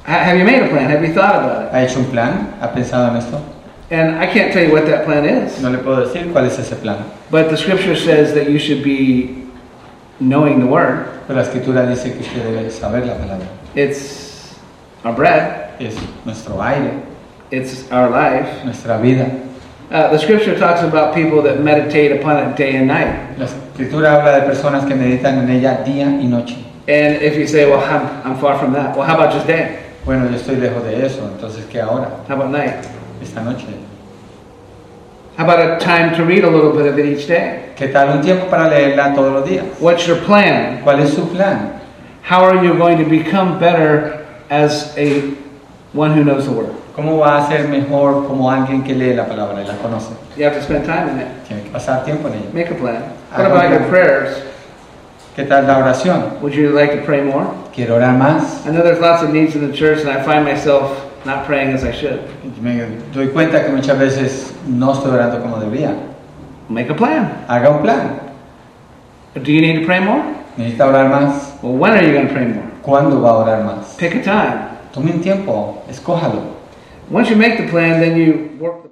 A: Ha- Have you made a plan? Have you thought about it?
B: ¿Ha hecho un plan? ¿Ha pensado en esto?
A: And I can't tell you what that plan is,
B: No le puedo decir cuál es ese plan.
A: but the Scripture says that you should be knowing the Word.
B: Pero la escritura dice que usted debe saber la palabra.
A: It's our bread.
B: Es nuestro aire,
A: It's our life.
B: nuestra vida.
A: Uh, the Scripture talks about people that meditate upon it day and night.
B: La escritura habla de personas que meditan en ella día y noche.
A: And if you say, well, I'm, I'm far from that. Well, how about just day?
B: Bueno, yo estoy lejos de eso, entonces ¿qué ahora?
A: How about night?
B: Esta noche.
A: How about a time to read a little bit of it each day?
B: ¿Qué tal un tiempo para leerla todos los días?
A: What's your plan?
B: ¿Cuál es su plan?
A: How are you going to become better as a one who knows the word?
B: ¿Cómo va a ser mejor como alguien que lee la palabra y la conoce?
A: You have to spend time in it.
B: Tiene que pasar tiempo en ella.
A: Make a plan.
B: I
A: What about
B: don't
A: your
B: know.
A: prayers?
B: ¿Qué tal la oración?
A: Would you like to pray more?
B: Quiero orar más.
A: I know there's lots of needs in the church, and I find myself not praying as I should.
B: Me doy cuenta que muchas veces no estoy orando como debería.
A: Make a plan.
B: Haga un plan.
A: Do you need to pray more?
B: Necesita orar más.
A: Well, when are you going to pray more?
B: ¿Cuándo va a orar más?
A: Pick a time.
B: Tome un tiempo. Escójalo.
A: Once you make the plan, then you work the plan.